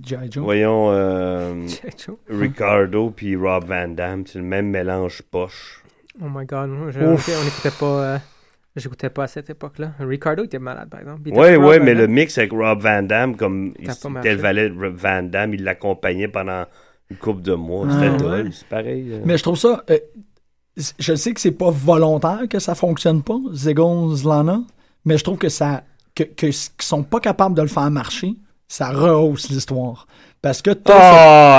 S5: G.I. Joe.
S7: voyons, euh,
S6: Jack Joe.
S7: Ricardo puis Rob Van Damme. C'est le même mélange poche.
S6: Oh my god, moi, je-
S7: Ouf.
S6: on n'écoutait pas. euh, J'écoutais pas à cette époque-là. Ricardo était malade, par exemple. Il était
S7: Ouais,
S6: pas
S7: ouais,
S6: malade.
S7: mais le mix avec Rob Van Damme, comme il
S6: Ça a pas
S7: était
S6: marché.
S7: le valet de Rob Van Damme, il l'accompagnait pendant une couple de mois.
S5: Ah,
S7: C'était
S5: ouais.
S7: drôle, c'est pareil. euh.
S5: Mais je trouve ça. euh, c- je sais que c'est pas volontaire que ça fonctionne pas, Zegon Zlana, mais je trouve que ça. que, que s- qu'ils sont pas capables de le faire marcher, ça rehausse l'histoire. Parce que
S7: Oh,
S5: t'as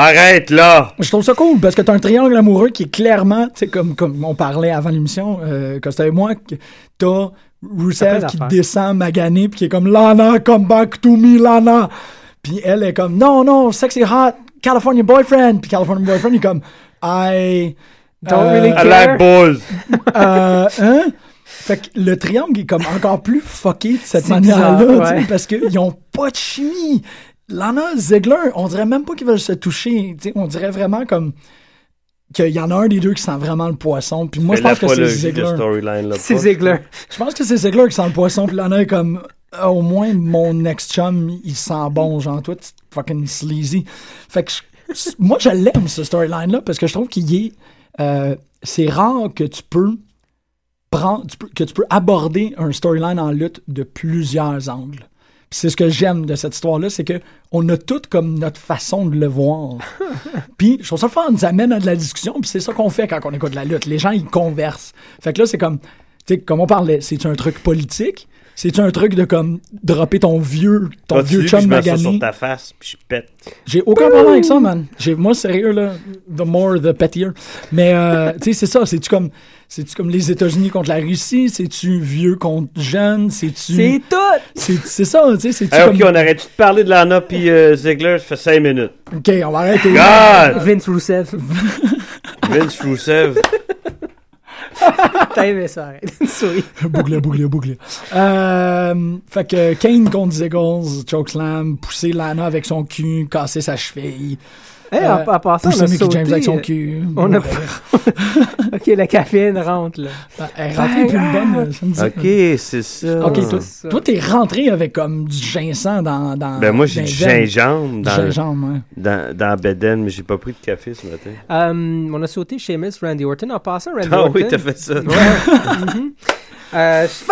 S7: arrête là!
S5: ce- Je trouve ça cool parce que t'as un triangle amoureux qui est clairement, tu sais, comme, comme on parlait avant l'émission, euh, Costa et moi, que t'as
S6: T'as
S5: Rousseff
S6: plein
S5: qui
S6: d'affaires.
S5: descend magané puis qui est comme Lana, come back to me, Lana. Puis elle est comme non, non, sexy hot, California boyfriend. Puis California boyfriend il est comme I
S6: Don't really
S7: I like balls!
S5: euh, hein? Fait que le triangle est comme encore plus fucké de cette
S6: C'est
S5: manière-là,
S6: bizarre,
S5: tu sais,
S6: ouais.
S5: parce qu'ils ont pas de chimie. Lana, Zegler, on dirait même pas qu'ils veulent se toucher. tu sais, on dirait vraiment comme qu'il y en a un des deux qui sent vraiment le poisson. Puis moi,
S7: Mais
S5: je pense que c'est
S7: l'apologie de
S5: Zegler.
S7: storyline là.
S6: C'est
S7: pas.
S6: Ziggler.
S5: Je pense que c'est Zegler qui sent le poisson. Puis Lana est comme, Ah, au moins, mon ex-chum, il sent bon, genre, toi, tu fucking sleazy. Fait que je- moi, je l'aime, ce storyline-là, parce que je trouve qu'il est. euh, c'est rare que tu peux prendre, tu peux- que tu peux aborder un storyline en lutte de plusieurs angles. Puis c'est ce que j'aime de cette histoire-là, c'est que on a toutes comme notre façon de le voir. puis je trouve ça le fun, nous amène à de la discussion, puis c'est ça qu'on fait quand on écoute de la lutte. Les gens, ils conversent. Fait que là, c'est comme, tu sais, comme on parlait, c'est un truc politique? C'est un truc de comme dropper ton vieux, ton
S7: Continue,
S5: vieux
S7: puis
S5: chum
S7: je mets ça sur
S5: magané?
S7: ta face, puis je pète.
S5: J'ai aucun problème avec ça, man. J'ai, moi, sérieux, là, the more, the pettier. Mais, euh, tu sais, c'est ça. C'est-tu comme, c'est-tu comme les États-Unis contre la Russie? C'est-tu vieux contre jeune? C'est-tu.
S6: C'est tout!
S5: C'est, c'est ça, tu sais. C'est-tu
S7: Hey, ok,
S5: comme.
S7: on arrête de parler de Lana puis euh, Ziegler, ça fait 5 minutes.
S5: OK, on va arrêter.
S7: God!
S6: Vince Rousseff.
S7: Vince Rousseff.
S6: T'as aimé ça, arrête. Souris.
S5: boucle, boucle, boucle. Euh, fait que Kane contre Ziggles, chokeslam, pousser Lana avec son cul, casser sa cheville,
S6: Hey, Eh, en,
S5: Euh,
S6: en passant, on
S5: pousser
S6: a
S5: Mickey
S6: sauté,
S5: James avec son
S6: euh,
S5: cul.
S6: on a-
S5: Ouais.
S6: OK, la caféine rentre, là.
S5: Elle est rentrée plus bonne, euh, ça me dit.
S7: ok, c'est ça.
S5: Ok, toi,
S6: Ben, ah, ça.
S5: toi, t'es rentré avec comme du ginseng dans. dans
S7: Ben moi, j'ai
S5: dans
S7: du
S5: les veines.
S7: gingembre
S5: Du
S7: dans,
S5: gingembre, ouais.
S7: dans, dans Beden, mais j'ai pas pris de café ce matin.
S6: Euh, on a sauté Seamus, Randy Orton. En passant, Randy
S7: Ah
S6: Orton. Mhm.
S7: oui, t'as fait ça.
S6: Euh, je-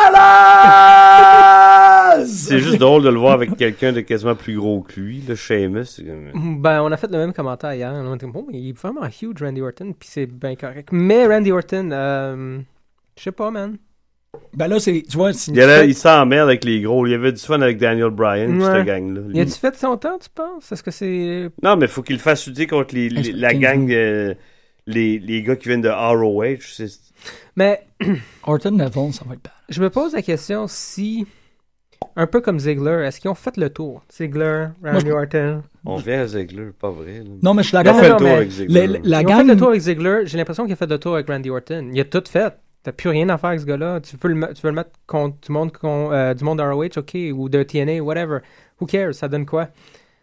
S7: C'est juste drôle de le voir avec quelqu'un de quasiment plus gros que lui, le Seamus. c'est comme-
S6: ben, on a fait le même commentaire hier. On a dit, bon, il est vraiment huge, Randy Orton, puis c'est bien correct. Mais Randy Orton, euh, je sais pas, man.
S5: Ben là, c'est. Tu vois, c'est-
S7: Il, y allait- il s'emmerde avec les gros. Il y avait du fun avec Daniel Bryan, puis
S6: Ouais.
S7: cette gang-là.
S6: Il a-tu fait son temps, tu penses? Est-ce que c'est...
S7: Non, mais faut qu'il le fasse lutter contre les, les- la
S5: Quinze
S7: gang, euh, les, les gars qui viennent de ROH. c'est-
S6: Mais
S5: Orton Neville, ça va être bad.
S6: je me pose la question si, un peu comme Ziggler, est-ce qu'ils ont fait le tour? Ziggler, Randy Orton.
S7: On vient à Ziegler, pas vrai. là.
S5: Non, mais je suis
S7: Il a
S5: d'accord.
S7: fait le
S6: non,
S7: tour
S6: mais
S7: avec Ziegler.
S5: Les- les- La
S6: Ils ont
S5: gang.
S6: fait le tour avec Ziggler. J'ai l'impression qu'il a fait le tour avec Randy Orton. Il a tout fait. T'as plus rien à faire avec ce gars-là. Tu, peux le ma- tu veux le mettre contre du monde, qu'on- euh, du monde ROH, OK, ou de TNA, whatever. Who cares? Ça donne quoi?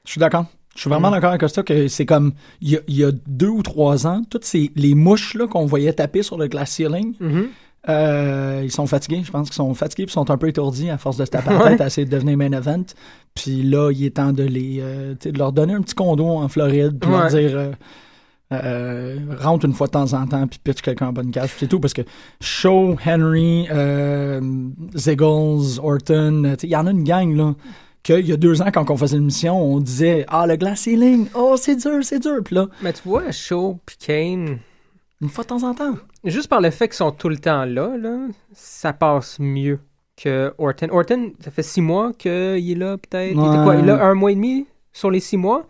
S5: Je suis d'accord. Je suis vraiment
S6: Mm.
S5: d'accord avec ça que c'est comme il y, a, il y a deux ou trois ans, toutes ces les mouches là qu'on voyait taper sur le glass ceiling,
S6: Mm.
S5: euh, ils sont fatigués. Je pense qu'ils sont fatigués, puis ils sont un peu étourdis à force de se taper la tête à essayer de devenir main event. Puis là, il est temps de les euh, tu sais, de leur donner un petit condo en Floride, puis leur
S6: Ouais.
S5: dire. euh, euh, rentre une fois de temps en temps puis pitch quelqu'un en bonne cage puis c'est tout parce que Shaw, Henry, euh, Ziggles, Orton, euh, tu sais, il y en a une gang là qu'il y a deux ans, quand on faisait l'émission, on disait Ah, le glass ceiling, oh, c'est dur, c'est dur. Puis là,
S6: Mais tu vois, Shaw puis Kane,
S5: une fois de temps en temps.
S6: juste par le fait qu'ils sont tout le temps là, là, ça passe mieux que Orton. Orton, ça fait six mois qu'il est là, peut-être. Il était quoi?
S5: Ouais.
S6: Il a un mois et demi sur les six mois.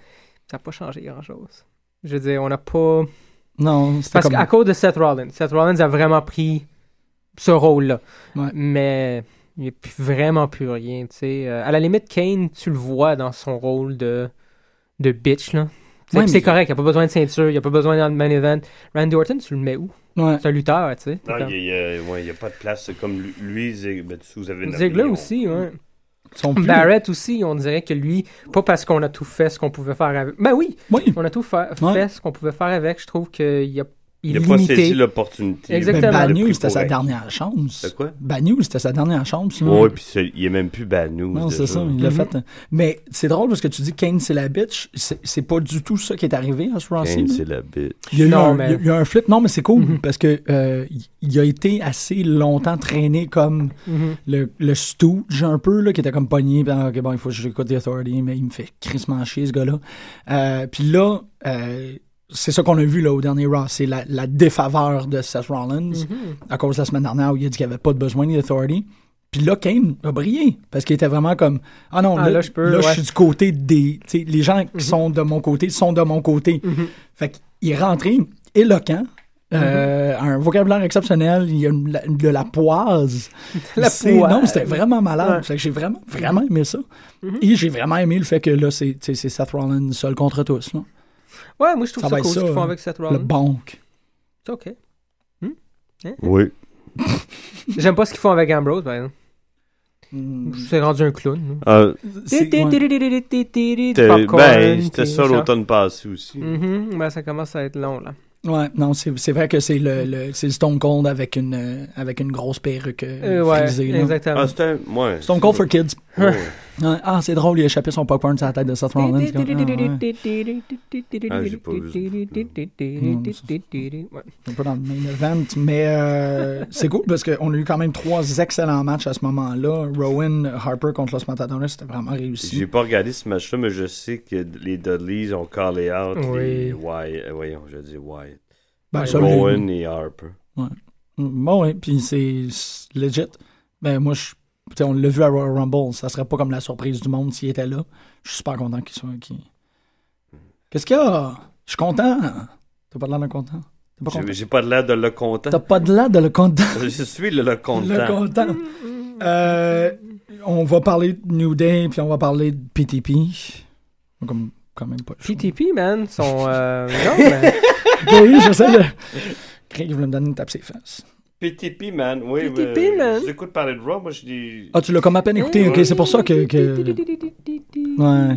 S6: Ça n'a pas changé grand-chose. Je veux dire, on n'a pas...
S5: Non, c'était
S6: Parce
S5: comme.
S6: qu'à cause de Seth Rollins, Seth Rollins a vraiment pris ce rôle-là.
S5: Ouais.
S6: Mais il n'y a plus- vraiment plus rien. tu sais. Euh, à la limite, Kane, tu le vois dans son rôle de, de bitch. là. Tu sais,
S5: Ouais,
S6: puis
S5: mais-
S6: c'est correct, il n'y a pas besoin de ceinture, il n'y a pas besoin d'un main event. Randy Orton, tu le mets où
S5: Ouais.
S6: C'est un lutteur, tu sais.
S7: Non,
S6: Comme-
S7: Ah, il n'y a, ouais, il y a pas de place. C'est comme lui- lui, Ziegler, ben, tu- vous avez une
S6: Ziegler
S7: opinion.
S6: aussi, ouais.
S5: Ils sont plus-
S6: Barrett aussi, on dirait que lui, pas parce qu'on a tout fait ce qu'on pouvait faire avec. Ben oui,
S5: Oui.
S6: on a tout fa-
S5: Ouais.
S6: fait ce qu'on pouvait faire avec. Je trouve qu'il a, il
S7: Il
S6: est
S7: n'a pas
S6: limité.
S7: saisi l'opportunité.
S5: Mais
S6: Exactement.
S5: Bad
S7: Il a
S5: News,
S7: pris
S5: c'était
S7: pour
S5: sa
S7: elle.
S5: dernière chance.
S7: C'est quoi?
S5: Bad News, c'était sa dernière chance. sinon-
S7: Ouais, puis c'est- il est même plus bad news.
S5: Non, c'est
S7: déjà.
S5: ça, il l'a
S6: Mhm.
S5: fait. Mais c'est drôle parce que tu dis Kane, c'est la bitch. C'est c'est pas du tout ça qui est arrivé à ce Rossi.
S7: Kane, c'est la bite.
S5: Il y a eu,
S6: Non,
S5: un,
S6: mais- Mm-hmm.
S5: il y a eu un flip. Non, mais c'est cool parce que euh, il- il a été assez longtemps traîné comme
S6: Mhm.
S5: le, le stooge un peu, là, qui était comme pogné. Ben, ok, bon, il faut que j'écoute The Authority, mais il me fait crissement chier, ce gars-là. Euh, Puis là, euh, c'est ça qu'on a vu là, au dernier Raw. C'est la, la défaveur de Seth Rollins
S6: Mm-hmm.
S5: à cause de la semaine dernière où il a dit qu'il n'y avait pas de besoin de The Authority. Puis là, Kane a brillé parce qu'il était vraiment comme Ah non,
S6: Ah,
S5: là,
S6: là, je peux,
S5: là,
S6: ouais. Mhm.
S5: suis du côté des. tu sais, Les gens qui sont de mon côté sont de mon côté. Fait qu'il est rentré éloquent. euh,
S6: Mhm.
S5: un vocabulaire exceptionnel, il y a une- la- de la poise.
S6: La
S5: C'est-
S6: poise.
S5: Non, c'était vraiment malade.
S6: Ouais. Mhm.
S5: Fait que j'ai vraiment, vraiment aimé ça. Et j'ai vraiment aimé le fait que là, c'est tu sais, c'est Seth Rollins seul contre tous. là.
S6: Ouais, moi je trouve
S5: Ça
S6: ça,
S5: va être
S6: cool
S5: ça,
S6: ce qu'ils font
S5: euh,
S6: avec Seth
S5: Le
S6: Rollins.
S5: banque.
S6: C'est ok.
S7: Oui.
S6: J'aime pas ce qu'ils font avec Ambrose, par exemple. C'est rendu un clown.
S7: Euh,
S5: Mm. C'est- ouais.
S7: t'es- ben, c'était
S6: t'es-
S7: ça l'automne passé aussi.
S6: Mhm, ben, ça commence à être long, là.
S5: Ouais, non, c'est c'est vrai que c'est le, le- c'est le Stone Cold avec une, euh, avec une grosse perruque euh,
S6: Euh, ouais,
S5: frisée. là.
S6: exactement.
S7: Ah, c'était un. Ouais.
S5: Stone Cold for Kids.
S7: Ouais.
S5: Ouais, Ah, c'est drôle, il a échappé son popcorn sur la tête de Seth Rollins. C'est comme, ah, ouais,
S7: Ah, j'ai pas vu
S6: Ouais.
S5: c'est Ah, un peu dans le main event, mais euh, c'est cool parce qu'on a eu quand même trois excellents matchs à ce moment-là. Rowan Harper contre Los Matadores, c'était vraiment réussi.
S7: J'ai pas regardé ce match-là, mais je sais que les Dudleys ont callé out
S6: Oui.
S7: les Wyatt. euh, voyons, je dis Wyatt.
S5: Ben, ça,
S7: Rowan et Harper.
S5: Ouais. Bon, ouais, puis c'est c'est legit. Ben, moi, je, tu sais, on l'a vu à Royal Rumble. Ça serait pas comme la surprise du monde s'il était là. Je suis super content qu'il soit. qu'il- Qu'est-ce qu'il y a? Je suis content. T'as pas de l'air d'un content? T'es pas content?
S7: J'ai- J'ai pas de l'air de le
S5: T'as
S7: content.
S5: pas de l'air de le content.
S7: Je suis le le
S5: Le
S7: content.
S5: content. Euh, on va parler de New Day, puis on va parler de PTP. Comme, quand même pas.
S6: PTP, man, sont. euh, non, mais
S5: Oui, j'essaie de. Craig, il voulait me donner une tape ses fesses.
S7: PTP, man. Oui,
S6: PTP,
S7: euh,
S6: man.
S7: Je vous écoute parler de Raw. Moi, je dis.
S5: Ah, tu l'as comme à peine écouté, ok, c'est pour ça que. que... Ouais.
S7: ça.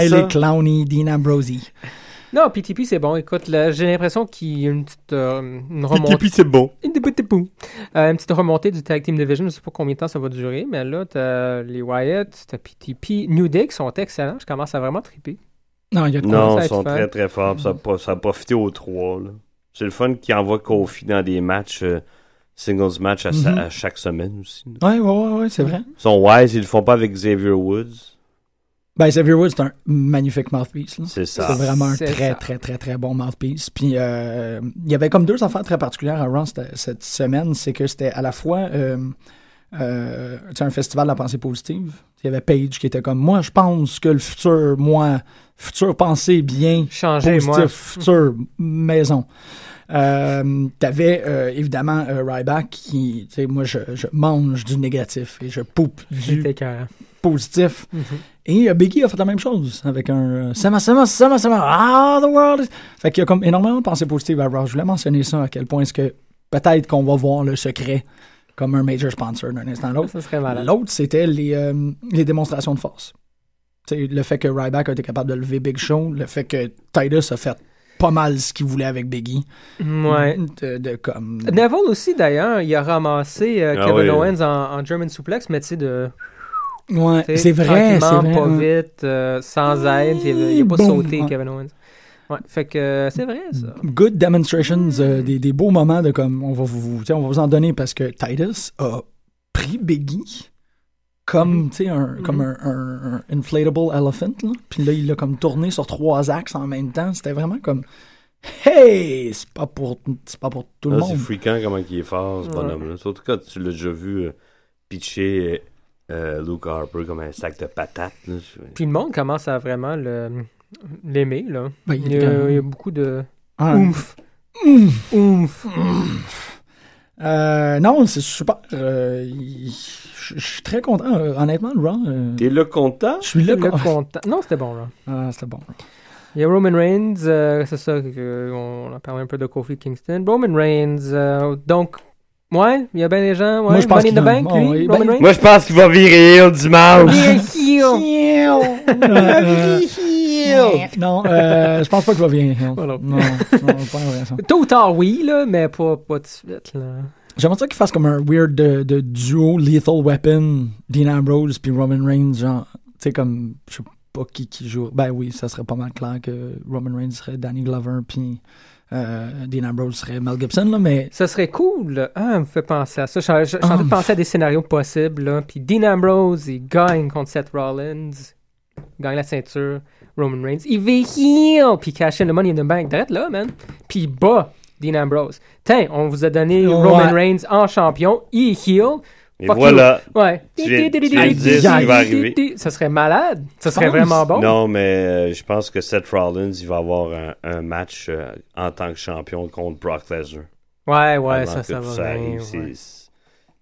S5: Smiley, Clowny, Dean Ambrosi.
S6: Non, PTP, c'est bon. Écoute, là, j'ai l'impression qu'il y a une petite euh, une remontée.
S7: PTP, c'est bon.
S6: Une petite pou- Euh, une petite remontée du Tag Team Division. Je sais pas combien de temps ça va durer, mais là, t'as les Wyatt, t'as PTP, New Day qui sont excellents. Je commence à vraiment triper.
S5: Non, il y a de quoi.
S7: Non,
S6: Ça,
S7: ils sont
S6: tu fais.
S7: très très forts.
S5: Mhm.
S7: Ça a, pas- ça a profité aux trois. là. C'est le fun qui envoie Kofi dans des matchs, euh, singles match à, sa-
S5: Mhm.
S7: à chaque semaine aussi. là.
S5: Ouais, ouais, ouais, ouais, c'est vrai.
S7: Ils sont wise, ils le font pas avec Xavier Woods.
S5: Ben, Xavier Woods, c'est un magnifique mouthpiece. là.
S7: Ah, C'est
S5: Mhm.
S7: ça.
S5: C'est vraiment un
S6: C'est
S5: très,
S6: ça.
S5: très, très, très bon mouthpiece. Puis, euh, il y avait comme deux affaires très particulières à Raw cette, cette semaine. C'est que c'était à la fois euh, euh, tu sais, un festival de la pensée positive. Il y avait Paige qui était comme Moi, je pense que le futur, moi, futur pensée bien,
S6: Changer,
S5: positif,
S6: moi.
S5: futur, maison. Euh, T'avais euh, évidemment euh, Ryback qui, tu sais, moi je, je mange du négatif et je poupe du
S6: C'était écœurant.
S5: positif. Et euh, Biggie a fait la même chose avec un euh, Sama Sama Sama Sama Ah the world is... Fait qu'il y a comme énormément de pensées positives à Raw. Je voulais mentionner ça à quel point est-ce que peut-être qu'on va voir le secret comme un major sponsor d'un instant à l'autre.
S6: Ça serait malade.
S5: L'autre, c'était les, euh, les démonstrations de force. Tu sais, le fait que Ryback a été capable de lever Big Show, le fait que Titus a fait pas mal ce qu'il voulait avec Biggie.
S6: Ouais.
S5: De, de comme...
S6: Neville aussi, d'ailleurs, il a ramassé euh,
S7: Ah
S6: Kevin
S7: oui.
S6: Owens en, en German suplex, mais tu sais, de. tu
S5: Ouais,
S6: sais,
S5: c'est vrai, c'est
S6: tranquillement,
S5: vrai.
S6: pas
S5: hein.
S6: vite, euh, sans aide. Il a- il a pas
S5: Boum.
S6: sauté,
S5: Ouais. Mm.
S6: Kevin Owens. Ouais, fait que euh, c'est vrai, ça.
S5: good demonstrations, euh, des, des beaux moments de comme on va vous, tu sais, on va vous en donner parce que Titus a pris Biggie
S6: Mm-hmm.
S5: comme tu sais, un, comme un, un- un inflatable elephant là. puis là il l'a comme tourné sur trois axes en même temps. C'était vraiment comme hey c'est pas pour c'est pas pour tout le
S7: Là, Ah, c'est
S5: monde.
S7: fréquent comment il est fort, ce
S6: Ouais.
S7: bonhomme-là. Surtout quand tu l'as déjà vu euh, pitcher euh, Luke Harper comme un sac de patates. là. Je-
S6: Puis le monde commence à vraiment le- l'aimer, là.
S5: Ben,
S6: Il
S5: il
S6: y,
S5: est
S6: a,
S5: comme-
S6: il y a beaucoup de.
S5: Ah.
S6: Ouf! Ouf!
S5: Euh, non c'est super. Euh, il- je je suis très content euh, honnêtement le Raw. euh,
S7: T'es le content?
S5: je suis là.
S6: Le
S5: quoi.
S6: content. Non, c'était bon, là.
S5: Ah, c'était bon.
S6: Il y a Roman Reigns, euh, c'est ça, que- on a parlé un peu de Kofi Kingston. Roman Reigns, euh, donc, ouais, il y a bien des gens. Ouais,
S5: Moi, je pense
S6: Money
S5: qu'il
S6: in the
S5: a-
S6: Bank,
S5: oh,
S6: lui,
S5: oui,
S6: Roman
S5: ben-
S6: Reigns.
S7: Moi, je pense qu'il va virer au dimanche.
S5: Euh, non, euh, je pense pas que je vais bien. Non,
S6: Voilà.
S5: non, non, pas vrai, ça.
S6: Tôt ou tard, oui, là, mais pas, pas de suite, là.
S5: J'aimerais ça qu'ils fassent comme un weird de, de duo Lethal Weapon, Dean Ambrose puis Roman Reigns, genre, tu sais, comme, je sais pas qui qui joue. Ben oui, ça serait pas mal clair que Roman Reigns serait Danny Glover puis euh, Dean Ambrose serait Mel Gibson, là, mais
S6: Ça serait cool. Ah, me fait penser à ça. Je je- je suis en train de
S5: Ah.
S6: penser à des scénarios possibles. Là. Puis Dean Ambrose, il gagne contre Seth Rollins. Il gagne la ceinture. Roman Reigns, il va heal. Puis il cash in le money in the bank. Direct là, man. Puis il bat Dean Ambrose. Tiens, on vous a donné
S5: Ouais.
S6: Roman Reigns en champion. Il heal.
S7: Et
S6: Fuck
S7: voilà.
S6: you. Ouais.
S7: Tu viens- tu viens de dire
S5: ce qui
S7: va arriver.
S6: Ça serait malade. Ça
S5: Tu
S6: serait
S5: penses?
S6: vraiment bon.
S7: Non, mais euh, je pense que Seth Rollins, il va avoir un, un match euh, en tant que champion contre Brock Lesnar.
S6: Ouais, ouais,
S7: Avant
S6: ça,
S7: que
S6: ça
S7: tout
S6: va.
S7: ça
S6: bien,
S7: arrive,
S6: ouais.
S7: c'est- c'est-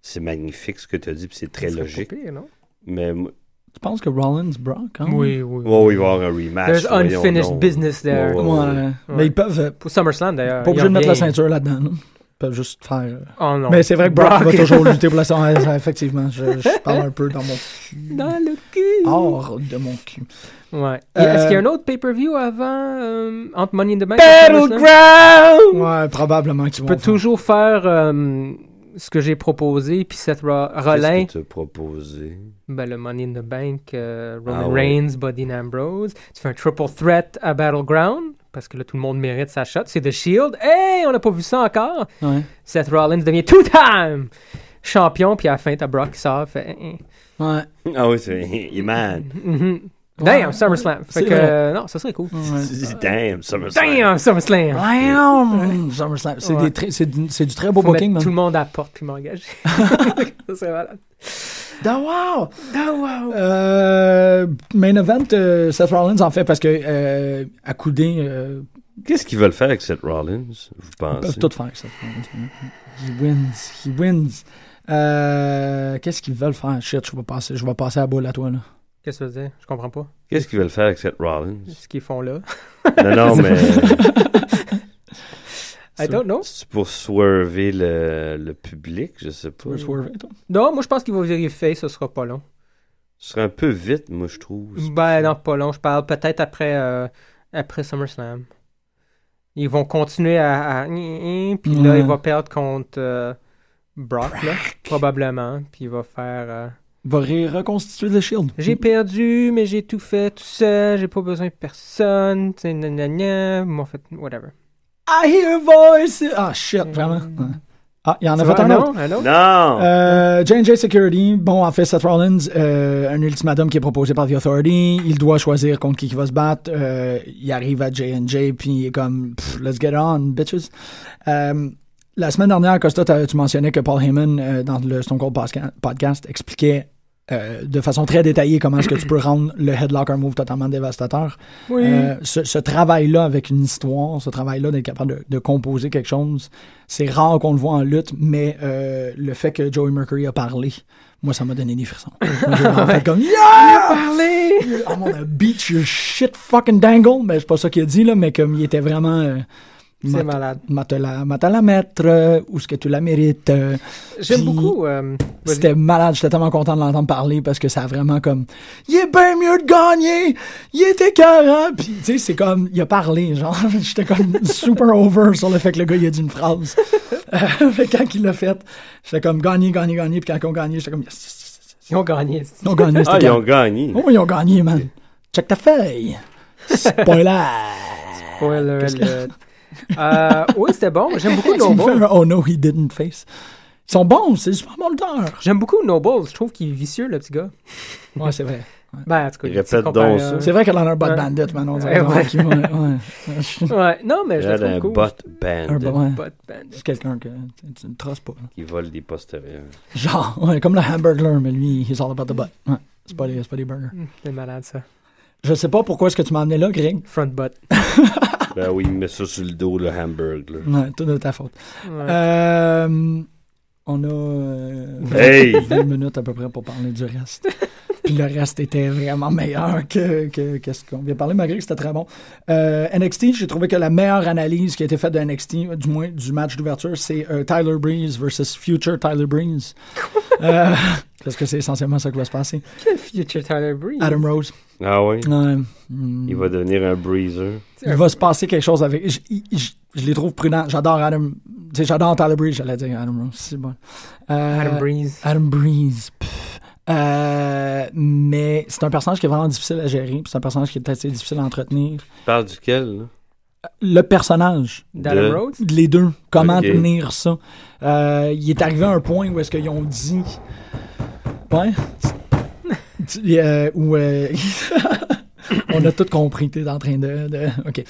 S7: C'est magnifique ce que tu as dit, puis c'est très
S6: Ça serait pas
S7: logique.
S6: pire, non?
S7: Mais m-
S5: tu penses que Rollins, Brock, hein?
S6: Oui, oui.
S7: oh, il va y avoir un rematch.
S6: There's
S7: voyons
S6: unfinished
S7: donc.
S6: business there.
S5: Ouais.
S7: Ouais, ouais,
S5: Mais ils peuvent, euh,
S6: Pour SummerSlam, d'ailleurs.
S5: pas obligé
S6: il
S5: de mettre la
S6: revient.
S5: ceinture là-dedans, là. Ils peuvent juste faire. euh,
S6: Oh non.
S5: Mais c'est vrai que Brock, va toujours lutter pour la ceinture, effectivement. Je, je parle un peu dans mon cul.
S6: Dans le cul.
S5: Hors de mon cul.
S6: Ouais.
S5: Euh,
S6: Est-ce qu'il y a un autre pay-per-view avant euh, entre Money in the Bank et SummerSlam?
S7: Battleground!
S5: Ouais, probablement qu'ils
S6: Je
S5: vont.
S6: Oh! peux
S5: faire.
S6: toujours faire euh, ce que j'ai proposé, puis Seth Ro- Rollins,
S7: Qu'est-ce que t'as proposé?
S6: ben, le Money in the Bank, euh,
S7: Ah
S6: Roman
S7: ouais.
S6: Reigns, Buddy Ambrose. Tu fais un triple threat à Battleground, parce que là, tout le monde mérite sa shot. C'est The Shield. Hey, on n'a pas vu ça encore.
S5: Ouais.
S6: Seth Rollins devient two-time eh, champion, puis à la fin, t'as Brock qui sort. Fait, hein, hein.
S5: Ouais.
S7: Ah oui, c'est Iman.
S6: Mhm. Damn, SummerSlam. Fait
S5: C'est
S6: que,
S5: vrai.
S6: euh, non, ça serait cool.
S7: Damn, SummerSlam.
S6: Euh, Damn, SummerSlam.
S5: Damn! SummerSlam. C'est
S6: Ouais.
S5: des très- c'est du c'est du très beau
S6: Faut
S5: booking,
S6: mettre
S5: man.
S6: tout le monde à la porte puis m'engager. ça serait malade.
S5: Da Ah, wow! Euh, main event, euh, Seth Rollins en fait parce que euh, accoudé, euh,
S7: Qu'est-ce qu'ils veulent faire avec cette Rollins, vous
S5: ils peuvent
S7: pensez?
S5: tout faire. Seth Rollins. He wins, he wins. Euh, Qu'est-ce qu'ils veulent faire? Shit, je vais passer, je vais passer à la boule à toi là.
S6: Qu'est-ce que ça veut dire? Je comprends pas
S7: Qu'est-ce qu'ils veulent faire avec cette Rollins?
S6: ce qu'ils font là.
S7: non, non, mais...
S6: I don't know.
S7: C'est pour swerver le, le public, je sais pas.
S5: Tu veux swerver, toi?
S6: Non, moi, je pense qu'ils vont vérifier, ce sera pas long.
S7: Ce serait un peu vite, moi, je trouve.
S6: Ben non, pas long. Je parle peut-être après, euh, après SummerSlam. Ils vont continuer à... à- Puis là,
S5: Ouais.
S6: il va perdre contre euh, Brock, là, probablement. Puis il va faire... euh,
S5: Va ré- reconstituer le shield.
S6: J'ai perdu, mais j'ai tout fait tout seul. J'ai pas besoin de personne. t'sais, gna gna gna. Moi, en fait, whatever.
S5: I hear voice. Ah shit, vraiment. Ouais. Ah, il y en a
S6: Ça
S5: fait
S6: va,
S5: un
S6: non?
S5: autre.
S6: Un autre?
S7: Non!
S5: Euh, J&J Security, bon, en fait, Seth Rollins, euh, un ultimatum qui est proposé par The Authority. Il doit choisir contre qui il va se battre. Euh, il arrive à J&J, puis il est comme, Pff, let's get on, bitches. Euh, la semaine dernière, Costa, t'as- tu mentionnais que Paul Heyman, euh, dans le Stone Cold Posca- Podcast, expliquait euh, de façon très détaillée comment est-ce que tu peux rendre le headlock un move totalement dévastateur.
S6: Oui.
S5: Euh, ce ce travail-là avec une histoire, ce travail-là d'être capable de, de composer quelque chose, c'est rare qu'on le voit en lutte, mais euh, le fait que Joey Mercury a parlé, moi, ça m'a donné des frissons. Moi, J'ai vraiment fait comme Yeah!
S6: Parlez!
S5: I'm gonna beat your shit fucking dangle! Mais c'est pas ça qu'il a dit, là, mais comme il était vraiment. euh,
S6: C'est
S5: mat-
S6: malade.
S5: mat- te la- mat- te la mettre, euh, où est-ce que tu la mérites? euh,
S6: J'aime
S5: Puis-
S6: beaucoup... euh, vas-y.
S5: c'était malade, j'étais tellement content de l'entendre parler parce que ça a vraiment comme Il est bien mieux de gagner! Il était carré! Puis tu sais, c'est comme il a parlé, genre j'étais comme super over sur le fait que le gars il a dit une phrase. Euh, fait que quand il l'a fait, j'étais comme gagné, gagné, gagné, puis quand on gagné, j'étais comme yes, yes, yes, yes.
S6: Ils ont gagné.
S5: Ils ont gagné,
S7: ah,
S5: c'était
S7: ils ont
S5: carré.
S7: gagné.
S5: Oh ils ont gagné, man. Check ta feuille! Spoiler!
S6: Spoiler
S5: Qu'est-ce que-
S6: alert. Euh, oui, c'était bon. J'aime beaucoup
S5: Tu me fais
S6: Noble.
S5: un oh no he didn't face. Ils sont bons, c'est super bon le temps.
S6: J'aime beaucoup Noble. Je trouve qu'il est vicieux, le petit gars.
S5: Ouais, c'est vrai.
S6: Ben, en tout cas,
S7: Il
S6: est
S7: répète
S6: comparé
S7: donc
S6: à-
S7: ça.
S5: C'est vrai qu'elle en a un bot
S6: Ouais.
S5: bandit, man. On dirait
S6: Ouais, ouais.
S5: vraiment qu'il va- ouais.
S6: Ouais, non, mais
S7: Il
S6: je
S7: y a
S6: le
S7: un
S6: trouve cool.
S5: Un
S7: bot
S5: hein.
S7: band
S5: bot, ouais.
S6: Bot bandit.
S5: C'est quelqu'un que tu- tu ne traces pas. là.
S7: qui vole des postérieurs.
S5: Genre, ouais, comme le hamburger, mais lui, he's all about the butt. Ouais, c'est pas, des- c'est pas des burgers.
S6: Hum, C'est malade, ça.
S5: Je sais pas pourquoi est-ce que tu m'as amené là, Greg.
S6: Front bot. Ah.
S7: ben oui, il met ça sur le dos, le hamburger.
S5: Ouais, tout de ta faute.
S6: Ouais.
S5: Euh, on a euh,
S7: Hey!
S5: 20 minutes à peu près pour parler du reste. Puis le reste était vraiment meilleur que, que, que ce qu'on vient de parler, malgré que c'était très bon. Euh, NXT, j'ai trouvé que la meilleure analyse qui a été faite de NXT, euh, du moins du match d'ouverture, c'est euh, Tyler Breeze versus Future Tyler Breeze. Euh, parce que c'est essentiellement ça qui va se passer.
S6: Quel future Tyler Breeze?
S5: Adam Rose.
S7: Ah oui?
S5: Ouais. Mm.
S7: Il va devenir un breezer.
S5: Il va se passer quelque chose avec. Je, il- je- je les trouve prudents. J'adore Adam. tu sais, J'adore Tyler Breeze, j'allais dire Adam Rose. C'est bon. Euh,
S6: Adam Breeze.
S5: Adam Breeze. pff. Euh, mais c'est un personnage qui est vraiment difficile à gérer. puis C'est un personnage qui est assez difficile à entretenir. Euh,
S7: Tu parles duquel, là?
S5: Le personnage,
S6: D'Adam
S7: De-
S6: Rhodes?
S5: les deux, comment
S7: Ok.
S5: tenir ça. Euh, il est arrivé à un point où est-ce qu'ils ont dit. Ouais. Tu- tu- euh, où, euh, on a tout compris. T'es en train de. de- OK.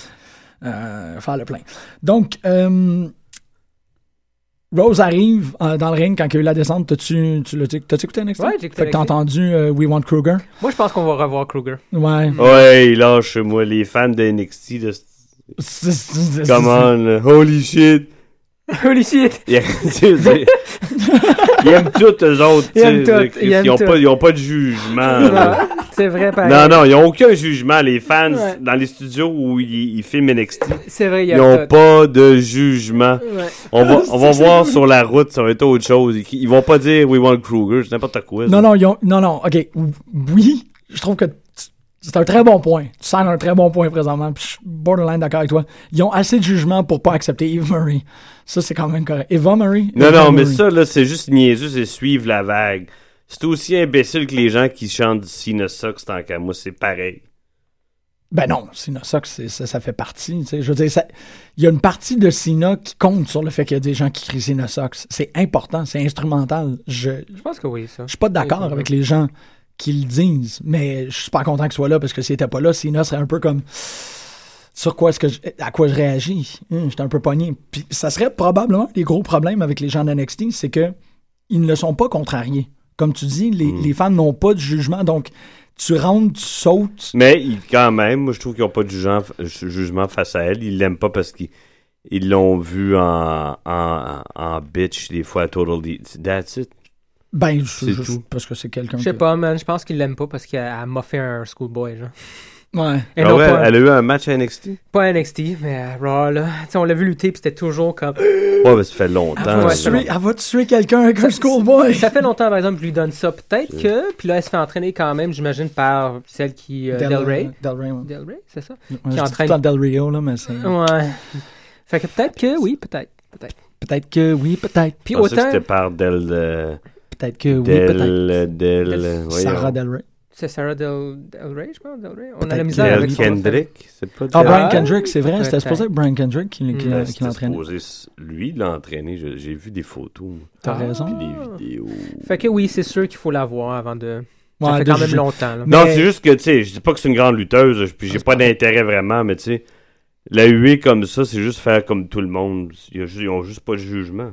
S5: Euh, faire le plein. Donc, euh, Rose arrive euh, dans le ring quand il y a eu la descente. T'as-tu tu l'as- t'as-tu écouté NXT?
S6: Ouais, j'ai écouté
S5: Fait que t'as
S6: NXT.
S5: entendu euh, We Want Kruger?
S6: Moi, je pense qu'on va revoir Kruger.
S5: Ouais.
S7: Mm. Ouais, lâche-moi, les fans de NXT, de... come on, là. holy shit!
S6: Holy shit!
S7: Yeah, tu sais, c'est- ils aiment tous, eux autres. tu
S6: Ils aiment
S7: sais,
S6: tout,
S7: les Christ,
S6: ils aiment
S7: Ils ont
S6: tout.
S7: pas, ils ont pas de jugement. là.
S6: C'est vrai, pareil.
S7: Non, non, ils ont aucun jugement. Les fans,
S6: Ouais.
S7: dans les studios où ils, ils filment NXT,
S6: C'est vrai, il y
S7: ils
S6: a
S7: n'ont
S6: tout.
S7: pas de jugement.
S6: Ouais.
S7: On va, on va voir sur la route, ça va être autre chose. Ils, ils vont pas dire We want Kruger, c'est n'importe quoi. ça.
S5: Non, non, ils ont- non, non, ok. Oui, je trouve que t- c'est un très bon point. Tu sens un très bon point présentement. puis je suis borderline d'accord avec toi. Ils ont assez de jugement pour pas accepter Eve Murray. Ça, c'est quand même correct. Eva Murray.
S7: Non,
S5: Eva
S7: non, mais
S5: Murray.
S7: ça, là, c'est juste niaiseux, c'est suivre la vague. C'est aussi imbécile que les gens qui chantent du Cena Sucks tant qu'à moi, c'est pareil.
S5: Ben non, Cena Sox, c'est- ça, ça fait partie. tu sais. Je veux dire, ça- il y a une partie de Cena qui compte sur le fait qu'il y a des gens qui crient Cena Sox. C'est important, c'est instrumental. Je,
S6: Je pense que oui, ça.
S5: Je suis pas d'accord avec les gens qu'ils le disent. Mais je suis pas content qu'il soit là parce que s'il était pas là, Cena serait un peu comme sur quoi est-ce que je- à quoi je réagis. Hum, J'étais un peu pogné. Puis ça serait probablement les gros problèmes avec les gens d'NXT, c'est que ils ne sont pas contrariés. Comme tu dis, les,
S7: Mm.
S5: les fans n'ont pas de jugement, donc tu rentres, tu sautes.
S7: Mais il- quand même, moi, je trouve qu'ils n'ont pas de jugement, ju- jugement face à elle. Ils l'aiment pas parce qu'ils ils l'ont vu en, en, en bitch des fois à Total D. That's it.
S5: Ben, je-
S7: C'est
S5: je-
S7: tout.
S5: parce que c'est quelqu'un.
S6: Je sais
S5: que-
S6: pas, man. Je pense qu'il l'aime pas parce qu'elle elle m'a fait un schoolboy, genre.
S5: Ouais.
S6: Et
S7: Ah
S6: non,
S7: ouais,
S6: pas,
S7: Elle a eu un match à NXT?
S6: pas NXT, mais à Raw, là. Tu sais, on l'a vu lutter, puis c'était toujours comme.
S7: Ouais, mais ça fait longtemps.
S5: Elle va
S6: Ouais,
S7: ça.
S5: tuer, elle va tuer quelqu'un avec un schoolboy.
S6: Ça fait longtemps, par exemple, que je lui donne ça. Peut-être que. Puis là, elle se fait entraîner quand même, j'imagine, par celle qui. euh, Del Rey.
S5: Del Rey, ouais.
S6: Del Rey, c'est ça?
S5: Ouais,
S6: qui
S5: je dis
S6: entraîne-
S5: tout le temps Del Rio, là, mais c'est...
S7: Mm.
S6: Ouais. Fait que peut-être que oui, peut-être. Peut-être.
S5: Peut-être que oui, peut-être.
S6: Puis
S7: Je pensais que
S6: autant.
S7: c'était par Del. euh,
S5: Peut-être que oui,
S7: Del.
S5: peut-être.
S7: Del.
S6: Del-
S7: euh, voyons.
S5: Sarah Del Rey.
S6: C'est Sarah Del, Del Rey, je pense. Del Rey. On a
S5: Peut-être
S6: la
S5: que-
S6: misère avec
S7: Del
S6: son-
S7: Kendrick. C'est pas
S5: Ah,
S6: Del-
S5: Brian
S6: Ah,
S5: Kendrick, c'est vrai. C'était
S6: peut-être.
S5: supposé être Brian Kendrick qui, qui-
S6: Mm.
S7: Ah,
S5: qui
S7: c'était
S5: l'entraînait.
S7: supposé s- Lui, l'entraîner. Je- J'ai vu des photos. moi,
S5: T'as
S6: Ah.
S5: raison.
S7: Puis des vidéos.
S6: Fait que oui, c'est sûr qu'il faut la voir avant de.
S5: Ouais,
S6: ça fait
S5: de
S6: quand même
S5: juger.
S6: longtemps, là.
S7: Non,
S5: Mais- Ah,
S7: c'est juste que, tu sais, je dis pas que c'est une grande lutteuse, je- puis j'ai pas d'intérêt vraiment, mais tu sais, la huée comme ça, c'est juste faire comme tout le monde. Ils ont juste, ils ont juste pas de jugement.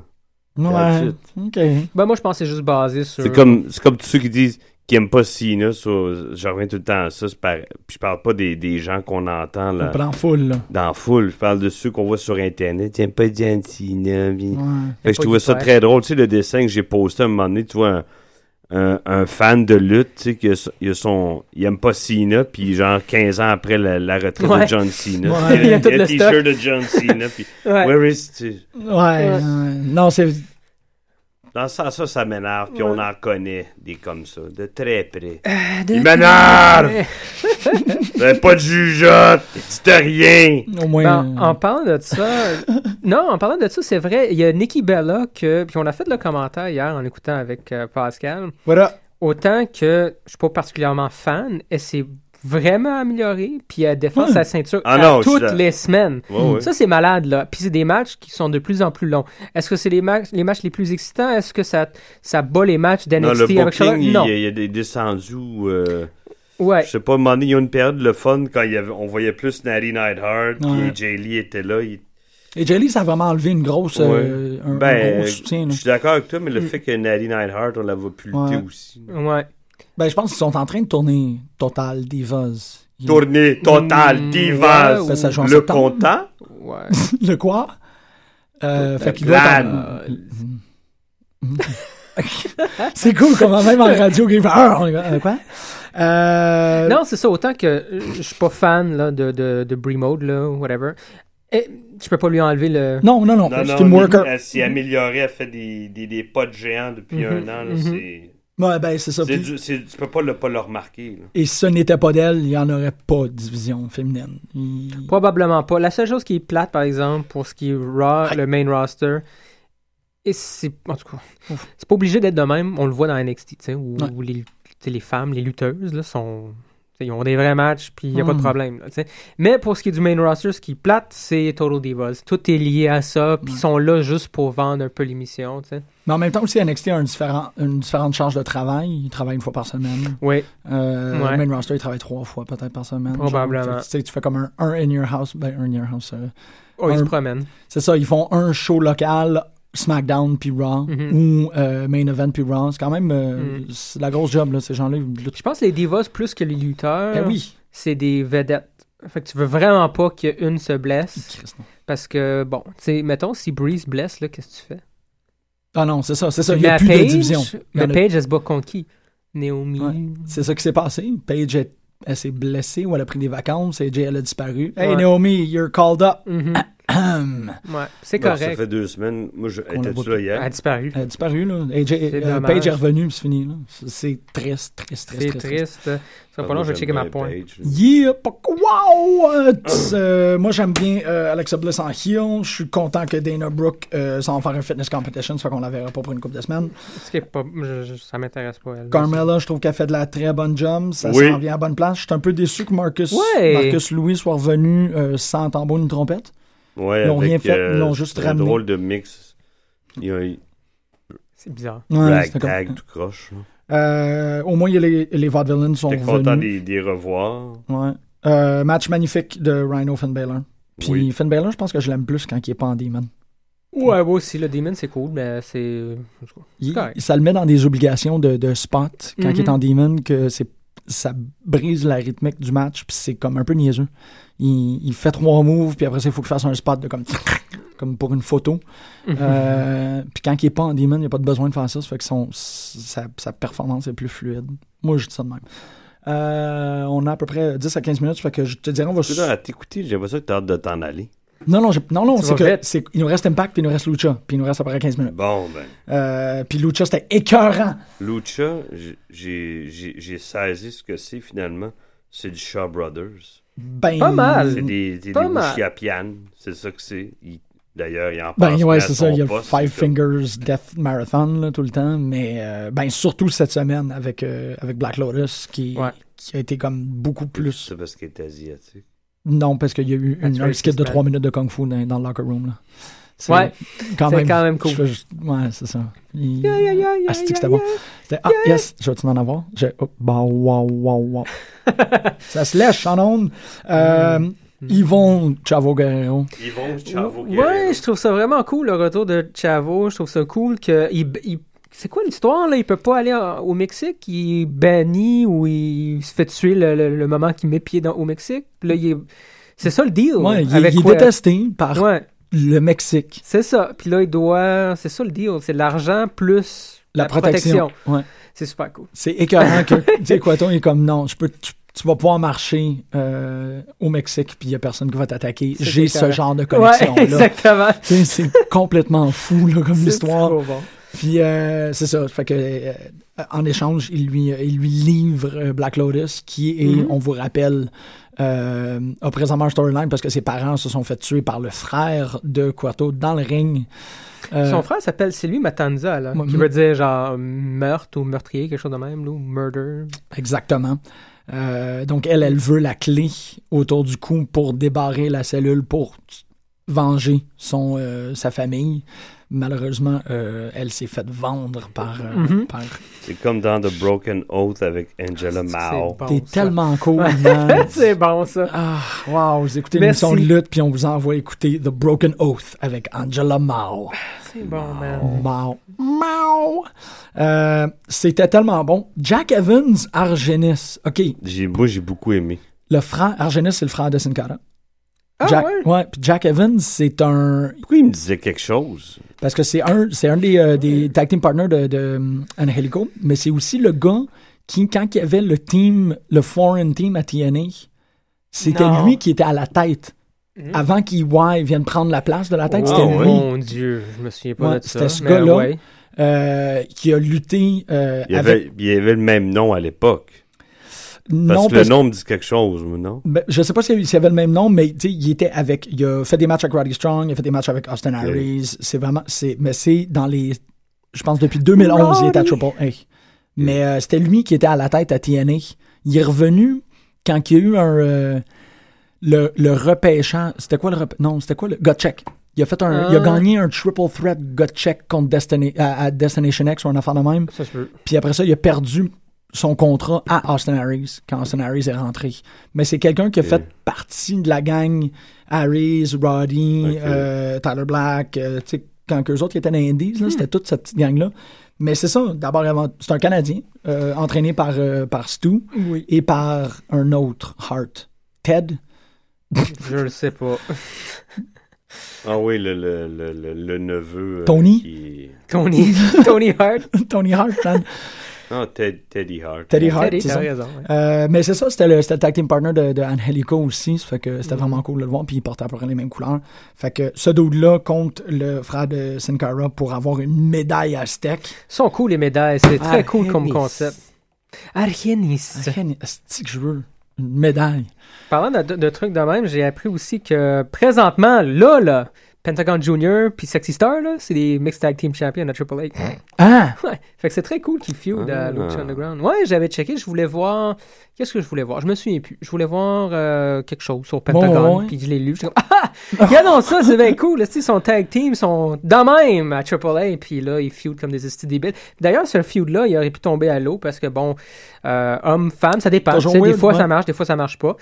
S5: Ouais. OK.
S6: Ben, moi, je pense que c'est juste basé sur.
S7: C'est comme, c'est comme tous ceux qui disent qu'ils aiment pas Cena, ça, je reviens tout le temps à ça, c'est par- puis je parle pas des, des gens qu'on entend
S5: On
S7: là,
S5: prend full, là.
S7: dans la foule, je parle de ceux qu'on voit sur Internet, ils aiment pas John Cena, puis-
S5: Ouais.
S7: Fait que je
S6: pas
S7: trouvais
S6: du
S7: ça
S6: tout.
S7: très drôle. Tu sais, le dessin que j'ai posté à un moment donné, tu vois, un, un- un fan de lutte, tu sais, qui a son- il, a son, il aime pas Cena, puis genre 15 ans après la, la retraite
S6: Ouais.
S7: de John Cena.
S5: Ouais.
S7: Il y a,
S6: tout le
S7: le t-shirt de John Cena, puis
S6: Ouais.
S7: Where is. tu sais.
S5: Ouais, ouais. Non, c'est...
S7: Dans ça, ça, ça m'énerve, puis on en connaît des comme ça, de très près.
S6: Euh, de-
S7: Il m'énerve! T'as pas de jugeote, tu rien!
S5: Au moins... euh,
S6: Ben, en parlant de ça, non, en parlant de ça, c'est vrai, il y a Nikki Bella que, puis on a fait le commentaire hier en écoutant avec euh, Pascal.
S5: Voilà.
S6: Autant que je suis pas particulièrement fan, elle s'est vraiment améliorée, puis elle défend
S5: Hmm.
S6: sa ceinture
S7: Ah
S6: à
S7: non, je suis
S6: toutes
S7: là.
S6: les semaines.
S7: Ouais, ouais.
S6: Ça, c'est malade, là. Puis c'est des matchs qui sont de plus en plus longs. Est-ce que c'est les matchs, les matchs les plus excitants? Est-ce que ça, ça bat les matchs
S7: Non, le
S6: d'NXT avec
S7: booking, il,
S6: Charlotte? Non.
S7: il y a des descendus. où, euh,
S6: Ouais.
S7: Je sais pas, Money, il y a eu une période le fun quand il y avait- on voyait plus Natty Neidhart,
S5: Ouais.
S7: puis Jay Lee était là. il-
S5: Et Jelly, ça a vraiment enlevé une grosse... euh, un, un
S7: ben,
S5: gros soutien,
S7: je
S5: là.
S7: suis d'accord avec toi, mais
S6: Mm.
S7: le fait que Natty Neidhart, on la voit plus lutter
S5: Ouais.
S7: aussi.
S6: Ouais.
S5: Ben, je pense qu'ils sont en train de tourner Total Divas. Ils-
S7: Tournée totale,
S6: Mm,
S7: divas,
S5: ouais, ça joue en
S7: le
S5: septembre.
S7: content.
S6: Ouais.
S5: Le quoi? Euh, fait qu'il doit
S7: Plan.
S5: être en- Mm. C'est cool, comment même en radio, il fait, Ah, on est- euh, quoi? Euh,
S6: Non, c'est ça. Autant que euh, je suis pas fan là, de, de, de Brie Mode, là, ou whatever. Et tu peux pas lui enlever le.
S5: non, non, non,
S7: Non,
S5: c'est
S7: non,
S5: une
S7: mais
S5: worker.
S7: Elle
S6: Mm-hmm.
S7: s'est améliorée, elle fait des, des, des pas de géant depuis un an. là,
S6: Mm-hmm.
S7: c'est-
S5: Ouais, ben, c'est ça.
S7: c'est
S5: Puis-
S7: du- c'est- tu peux pas le, pas le remarquer. là.
S5: Et si ce n'était pas d'elle, il n'y en aurait pas de division féminine. Il-
S6: Probablement pas. La seule chose qui est plate, par exemple, pour ce qui est Raw,
S5: Hi.
S6: le main roster, et c'est. En tout cas, c'est pas obligé d'être de même. On le voit dans NXT, tu sais, où,
S5: Ouais.
S6: où les, tu sais, les femmes, les lutteuses, là, sont. tu sais, Ils ont des vrais matchs, puis il n'y a pas de
S5: Mm.
S6: problème. là, tu sais. Mais pour ce qui est du main roster, ce qui est plate, c'est Total Divas. Tout est lié à ça, puis ils sont là juste pour vendre un peu l'émission. tu sais.
S5: Mais en même temps, aussi, NXT a un différent, une différente charge de travail. Il travaille une fois par semaine.
S6: Oui,
S5: Euh,
S6: Ouais.
S5: Le main roster, il travaille trois fois peut-être par semaine. genre.
S6: Probablement.
S5: Fait que, tu sais, tu fais comme un, un in your house. Ben, un in your house. euh,
S6: oh, ils se
S5: Un-
S6: promènent.
S5: C'est ça, ils font un show local, SmackDown puis Raw,
S6: Mhm.
S5: ou euh, Main Event puis Raw. C'est quand même euh, c'est la grosse job, là, ces gens-là. ils luttent.
S6: Je pense que les divas, plus que les lutteurs,
S5: Ben oui,
S6: c'est des vedettes. Fait que tu veux vraiment pas qu'une se blesse.
S5: Christ, non.
S6: Parce que, bon, tu sais, mettons, si Breeze blesse, là, qu'est-ce que tu fais?
S5: Ah non, c'est ça, c'est ça. Il
S6: Tu
S5: n'y a
S6: mets
S5: plus
S6: Paige,
S5: de division. Il y
S6: Mais
S5: en a-
S6: Paige, elle se bat contre qui? Naomi.
S5: Ouais. C'est ça qui s'est passé. Paige, elle, elle s'est blessée ou elle a pris des vacances. AJ, elle a disparu. Hey
S6: Ouais.
S5: Naomi, you're called up.
S6: Mhm.
S5: Ahem.
S6: Ouais, c'est
S7: Non, ça
S6: correct.
S7: fait deux semaines. Moi, je,
S5: la
S7: étais-tu
S5: voit
S7: là
S6: Elle
S7: hier?
S6: a disparu.
S5: Elle a disparu, là. AJ, euh,
S6: dommage.
S5: Paige est revenue, puis c'est fini. là. C'est- C'est triste, triste, triste,
S6: C'est
S5: triste. triste.
S6: triste. Ça
S7: Ah,
S6: sera pas long, je vais checker ma pointe.
S5: Yeah, pas- wow! Euh, tss, euh, moi, j'aime bien euh, Alexa Bliss en heel. Je suis content que Dana Brooke euh, s'en faire un fitness competition, ça fait qu'on la verra pas pour une couple de semaines.
S6: Ce qui est pas- je- je- ça m'intéresse pas, elle.
S5: Carmella, je trouve qu'elle fait de la très bonne jump. Ça
S7: Oui.
S5: s'en vient à bonne place. Je suis un peu déçu que Marcus,
S6: Ouais.
S5: Marcus Louis soit revenu euh, sans tambour ni trompette.
S7: Ouais,
S5: Ils l'ont
S7: avec, euh,
S5: rien fait, ils l'ont juste
S7: un
S5: ramené.
S7: drôle de mix. Il y a eu
S6: C'est bizarre.
S5: Ouais, c'était comme-
S7: ragtag tout croche. là.
S5: Euh, au moins, il y a les, les vaudevillains sont
S7: J'étais content
S5: revenus.
S7: des, des revoir.
S5: Ouais. Euh, match magnifique de Rhino Finn Balor. Puis
S7: Oui.
S5: Finn Balor, je pense que je l'aime plus quand il est pas en Demon.
S6: Ouais, moi aussi, le Demon, c'est cool, mais c'est. en tout cas,
S5: Il-
S6: correct.
S5: ça le met dans des obligations de, de spot quand il est
S6: Mhm.
S5: en Demon, que c'est ça brise la rythmique du match, puis c'est comme un peu niaiseux. Il, il fait trois moves, puis après ça, il faut qu'il fasse un spot de comme, comme pour une photo.
S6: Mm-hmm.
S5: Euh, puis quand il est pas en Demon, il n'y a pas de besoin de faire ça, ça fait que son, sa, sa performance est plus fluide. Moi, je dis ça de même. Euh, on a à peu près 10 à 15 minutes, ça fait que je te dirais, on va...
S7: Tu sais, à t'écouter, j'ai l'impression que t'as hâte de t'en aller.
S5: Non, non, j'ai- non, non
S6: Ça
S5: c'est
S6: va
S5: que
S6: vite.
S5: c'est- il nous reste Impact, puis il nous reste Lucha, puis il nous reste à peu près 15 minutes.
S7: Bon, ben.
S5: Euh, puis Lucha, c'était écœurant.
S7: Lucha, j'ai- j'ai j'ai- j'ai saisi ce que c'est finalement. C'est du Shaw Brothers.
S5: Ben,
S6: Pas mal.
S7: C'est des, des,
S6: Pas
S7: des
S6: mal.
S7: Wuchiapian. C'est ça que c'est. Il- D'ailleurs, il en
S5: Ben
S7: passe.
S5: ouais,
S7: mais à
S5: c'est ça, il y a
S7: son
S5: le
S7: poste,
S5: Five
S7: c'est comme-
S5: Fingers Death Marathon là, tout le temps, mais euh, ben surtout cette semaine avec, euh, avec Black Lotus qui,
S6: Ouais.
S5: qui a été comme beaucoup plus.
S7: C'est parce qu'il est asiatique.
S5: Non, parce qu'il y a eu
S6: That's
S5: une, un
S6: right,
S5: skit de
S6: Kingsman.
S5: 3 minutes de Kung Fu dans, dans le locker room. Là. C'est
S6: Ouais, c'est quand même cool.
S5: je fais juste- ouais, c'est ça. Il-
S6: Yeah, yeah, yeah, yeah,
S5: Ah, c'est-tu que
S6: yeah,
S5: c'était bon.
S6: yeah.
S5: C'était- Ah, yes, je vais-tu en avoir? Je... oh, bah, wow, wow, wow. ça se lèche en ondes. Euh,
S6: Mm.
S5: Yvon Chavo Guerrero.
S7: Ils vont Chavo
S6: Ouais, je trouve ça vraiment cool le retour de Chavo. Je trouve ça cool que il, il- c'est quoi l'histoire là Il peut pas aller en- au Mexique. Il est banni ou il se fait tuer le, le- le moment qu'il met pied dans, au Mexique. Puis Là, il est- c'est ça le deal.
S5: Ouais, il,
S6: avec
S5: il est
S6: quoi-
S5: détesté par
S6: Ouais,
S5: le Mexique.
S6: c'est ça. Puis là, il doit. C'est ça le deal. C'est l'argent plus
S5: La, protection. Ouais.
S6: C'est super cool.
S5: C'est écœurant que tu sais, Quaton est comme non, je peux, tu, tu vas pouvoir marcher euh, au Mexique puis il n'y a personne qui va t'attaquer.
S6: C'est
S5: J'ai
S6: écœurant.
S5: ce genre de
S6: Ouais,
S5: connexion là.
S6: exactement.
S5: Tu sais, C'est complètement fou là, comme
S6: C'est
S5: histoire.
S6: trop bon.
S5: Puis euh, c'est ça, fait que euh, en échange, il lui, il lui livre euh, Black Lotus, qui est,
S6: Mhm.
S5: on vous rappelle, euh, a présentement un storyline parce que ses parents se sont fait tuer par le frère de Quato dans le ring. Euh,
S6: Son frère s'appelle, c'est lui Matanza, là,
S5: Moi,
S6: qui
S5: m-
S6: veut dire genre meurtre ou meurtrier, quelque chose de même, là, ou murder.
S5: Exactement. Euh, donc, elle, elle veut la clé autour du cou pour débarrer la cellule pour t- venger son, euh, sa famille. Malheureusement, euh, elle s'est faite vendre par. euh,
S6: Mhm.
S5: par-
S7: C'est comme dans The Broken Oath avec
S5: Ah,
S7: Angela Mao.
S6: C'est bon,
S5: T'es
S6: ça.
S5: tellement cool, man.
S6: C'est bon, ça.
S5: Ah, wow, vous écoutez
S6: Merci.
S5: l'émission de lutte, puis on vous envoie écouter The Broken Oath avec Angela Mao.
S6: C'est bon, man.
S5: Mao. Mao. Euh, C'était tellement bon. Jack Evans Argenis. OK,
S7: J'ai- Moi, j'ai beaucoup aimé.
S5: le frère. Argenis, c'est le frère de Sin Cara.
S6: Ah,
S5: Jack,
S6: ouais?
S5: puis Jack Evans, c'est un.
S7: Pourquoi il me disait quelque chose?
S5: Parce que c'est un, c'est un des, euh, des tag team partners de, de hum, Angelico, mais c'est aussi le gars qui, quand il y avait le team, le foreign team à TNA, c'était
S6: Non. Mhm.
S5: lui qui était à la tête. Avant qu'EY vienne prendre la place de la tête,
S6: Oh,
S5: c'était lui
S6: mon Dieu, je me souviens pas
S5: Ouais,
S6: de ça.
S5: c'était ce
S6: mais
S5: gars-là.
S6: ouais.
S5: euh, qui a lutté euh,
S7: Il y,
S5: avec.
S7: avait, il y avait le même nom à l'époque. Parce
S5: Non,
S7: que
S5: parce
S7: le nom me dit quelque chose, ou non?
S5: Ben, je sais pas s'il s'il avait le même nom, mais tu sais, il était avec. Il a fait des matchs avec Roddy Strong, il a fait des matchs avec Austin Aries. C'est vraiment. c'est- Mais c'est dans les. Je pense depuis 2011, il était à Triple A. Mais euh, c'était lui qui était à la tête à TNA. Il est revenu quand il y a eu un. euh, le, le repêchant. C'était quoi le repê- Non, c'était quoi le. Gut check. Il a, fait un, il a
S6: Ah.
S5: gagné un triple threat gut check contre Destiny, à, à Destination X ou un affaire de même.
S6: Ça se peut.
S5: Puis après ça, il a perdu son contrat à Austin Harris quand Austin Harris est rentré. Mais c'est quelqu'un qui a fait partie de la gang Harris, Roddy,
S7: Ok.
S5: euh, Tyler Black, euh, tu sais, quand eux autres ils étaient dans les Indies, là, c'était toute cette petite gang-là. Mais c'est ça, d'abord, avant- c'est un Canadien, euh, entraîné par, euh, par Stu
S6: Oui.
S5: et par un autre, Hart, Ted.
S6: Je le sais pas.
S7: Ah oui, le, le, le, le, le neveu. euh,
S5: Tony?
S7: qui-
S6: Tony, Tony Hart.
S5: Tony Hart, hein? man.
S7: Non, Ted- Teddy Hart.
S5: Teddy Hart,
S6: Teddy,
S5: c'est
S6: t'as
S5: ça.
S6: raison. ouais.
S5: Euh, mais c'est ça, c'était le, c'était le tag team partner de, de Angelico aussi. Ça fait
S6: Mm.
S5: que c'était vraiment cool de le voir. Puis il portait à peu près les mêmes couleurs. Fait que ce dude-là compte le frère de Sin Cara pour avoir une médaille aztèque.
S6: Ils sont cool, les médailles. C'est très cool comme
S5: Argenis.
S6: concept. Argenis.
S5: Argène, c'est Ah, que je veux une médaille.
S6: Parlant de, de trucs de même, j'ai appris aussi que présentement, là, là, Pentagon Junior puis Sexy Star, là, c'est les Mixed Tag Team Champions à Triple H.
S5: Ah!
S6: Ouais. Fait que c'est très cool qu'ils feud
S7: Ah.
S6: à Lucha Underground. Ouais, j'avais checké, je voulais voir. Qu'est-ce que je voulais voir Je me souviens plus. Je voulais voir euh, quelque chose sur Pentagon,
S5: ouais.
S6: puis je l'ai lu. J'étais comme, ah Regarde donc ça, c'est bien cool. Ils sont tag team, ils sont de même à AAA, puis là, ils feud comme des estis débiles. D'ailleurs, ce feud-là, il aurait pu tomber à l'eau parce que, bon, euh, homme, femme, ça dépend.
S5: Toujours
S6: Tu sais, des
S5: weird,
S6: fois,
S5: ouais.
S6: ça marche, des fois, ça marche pas.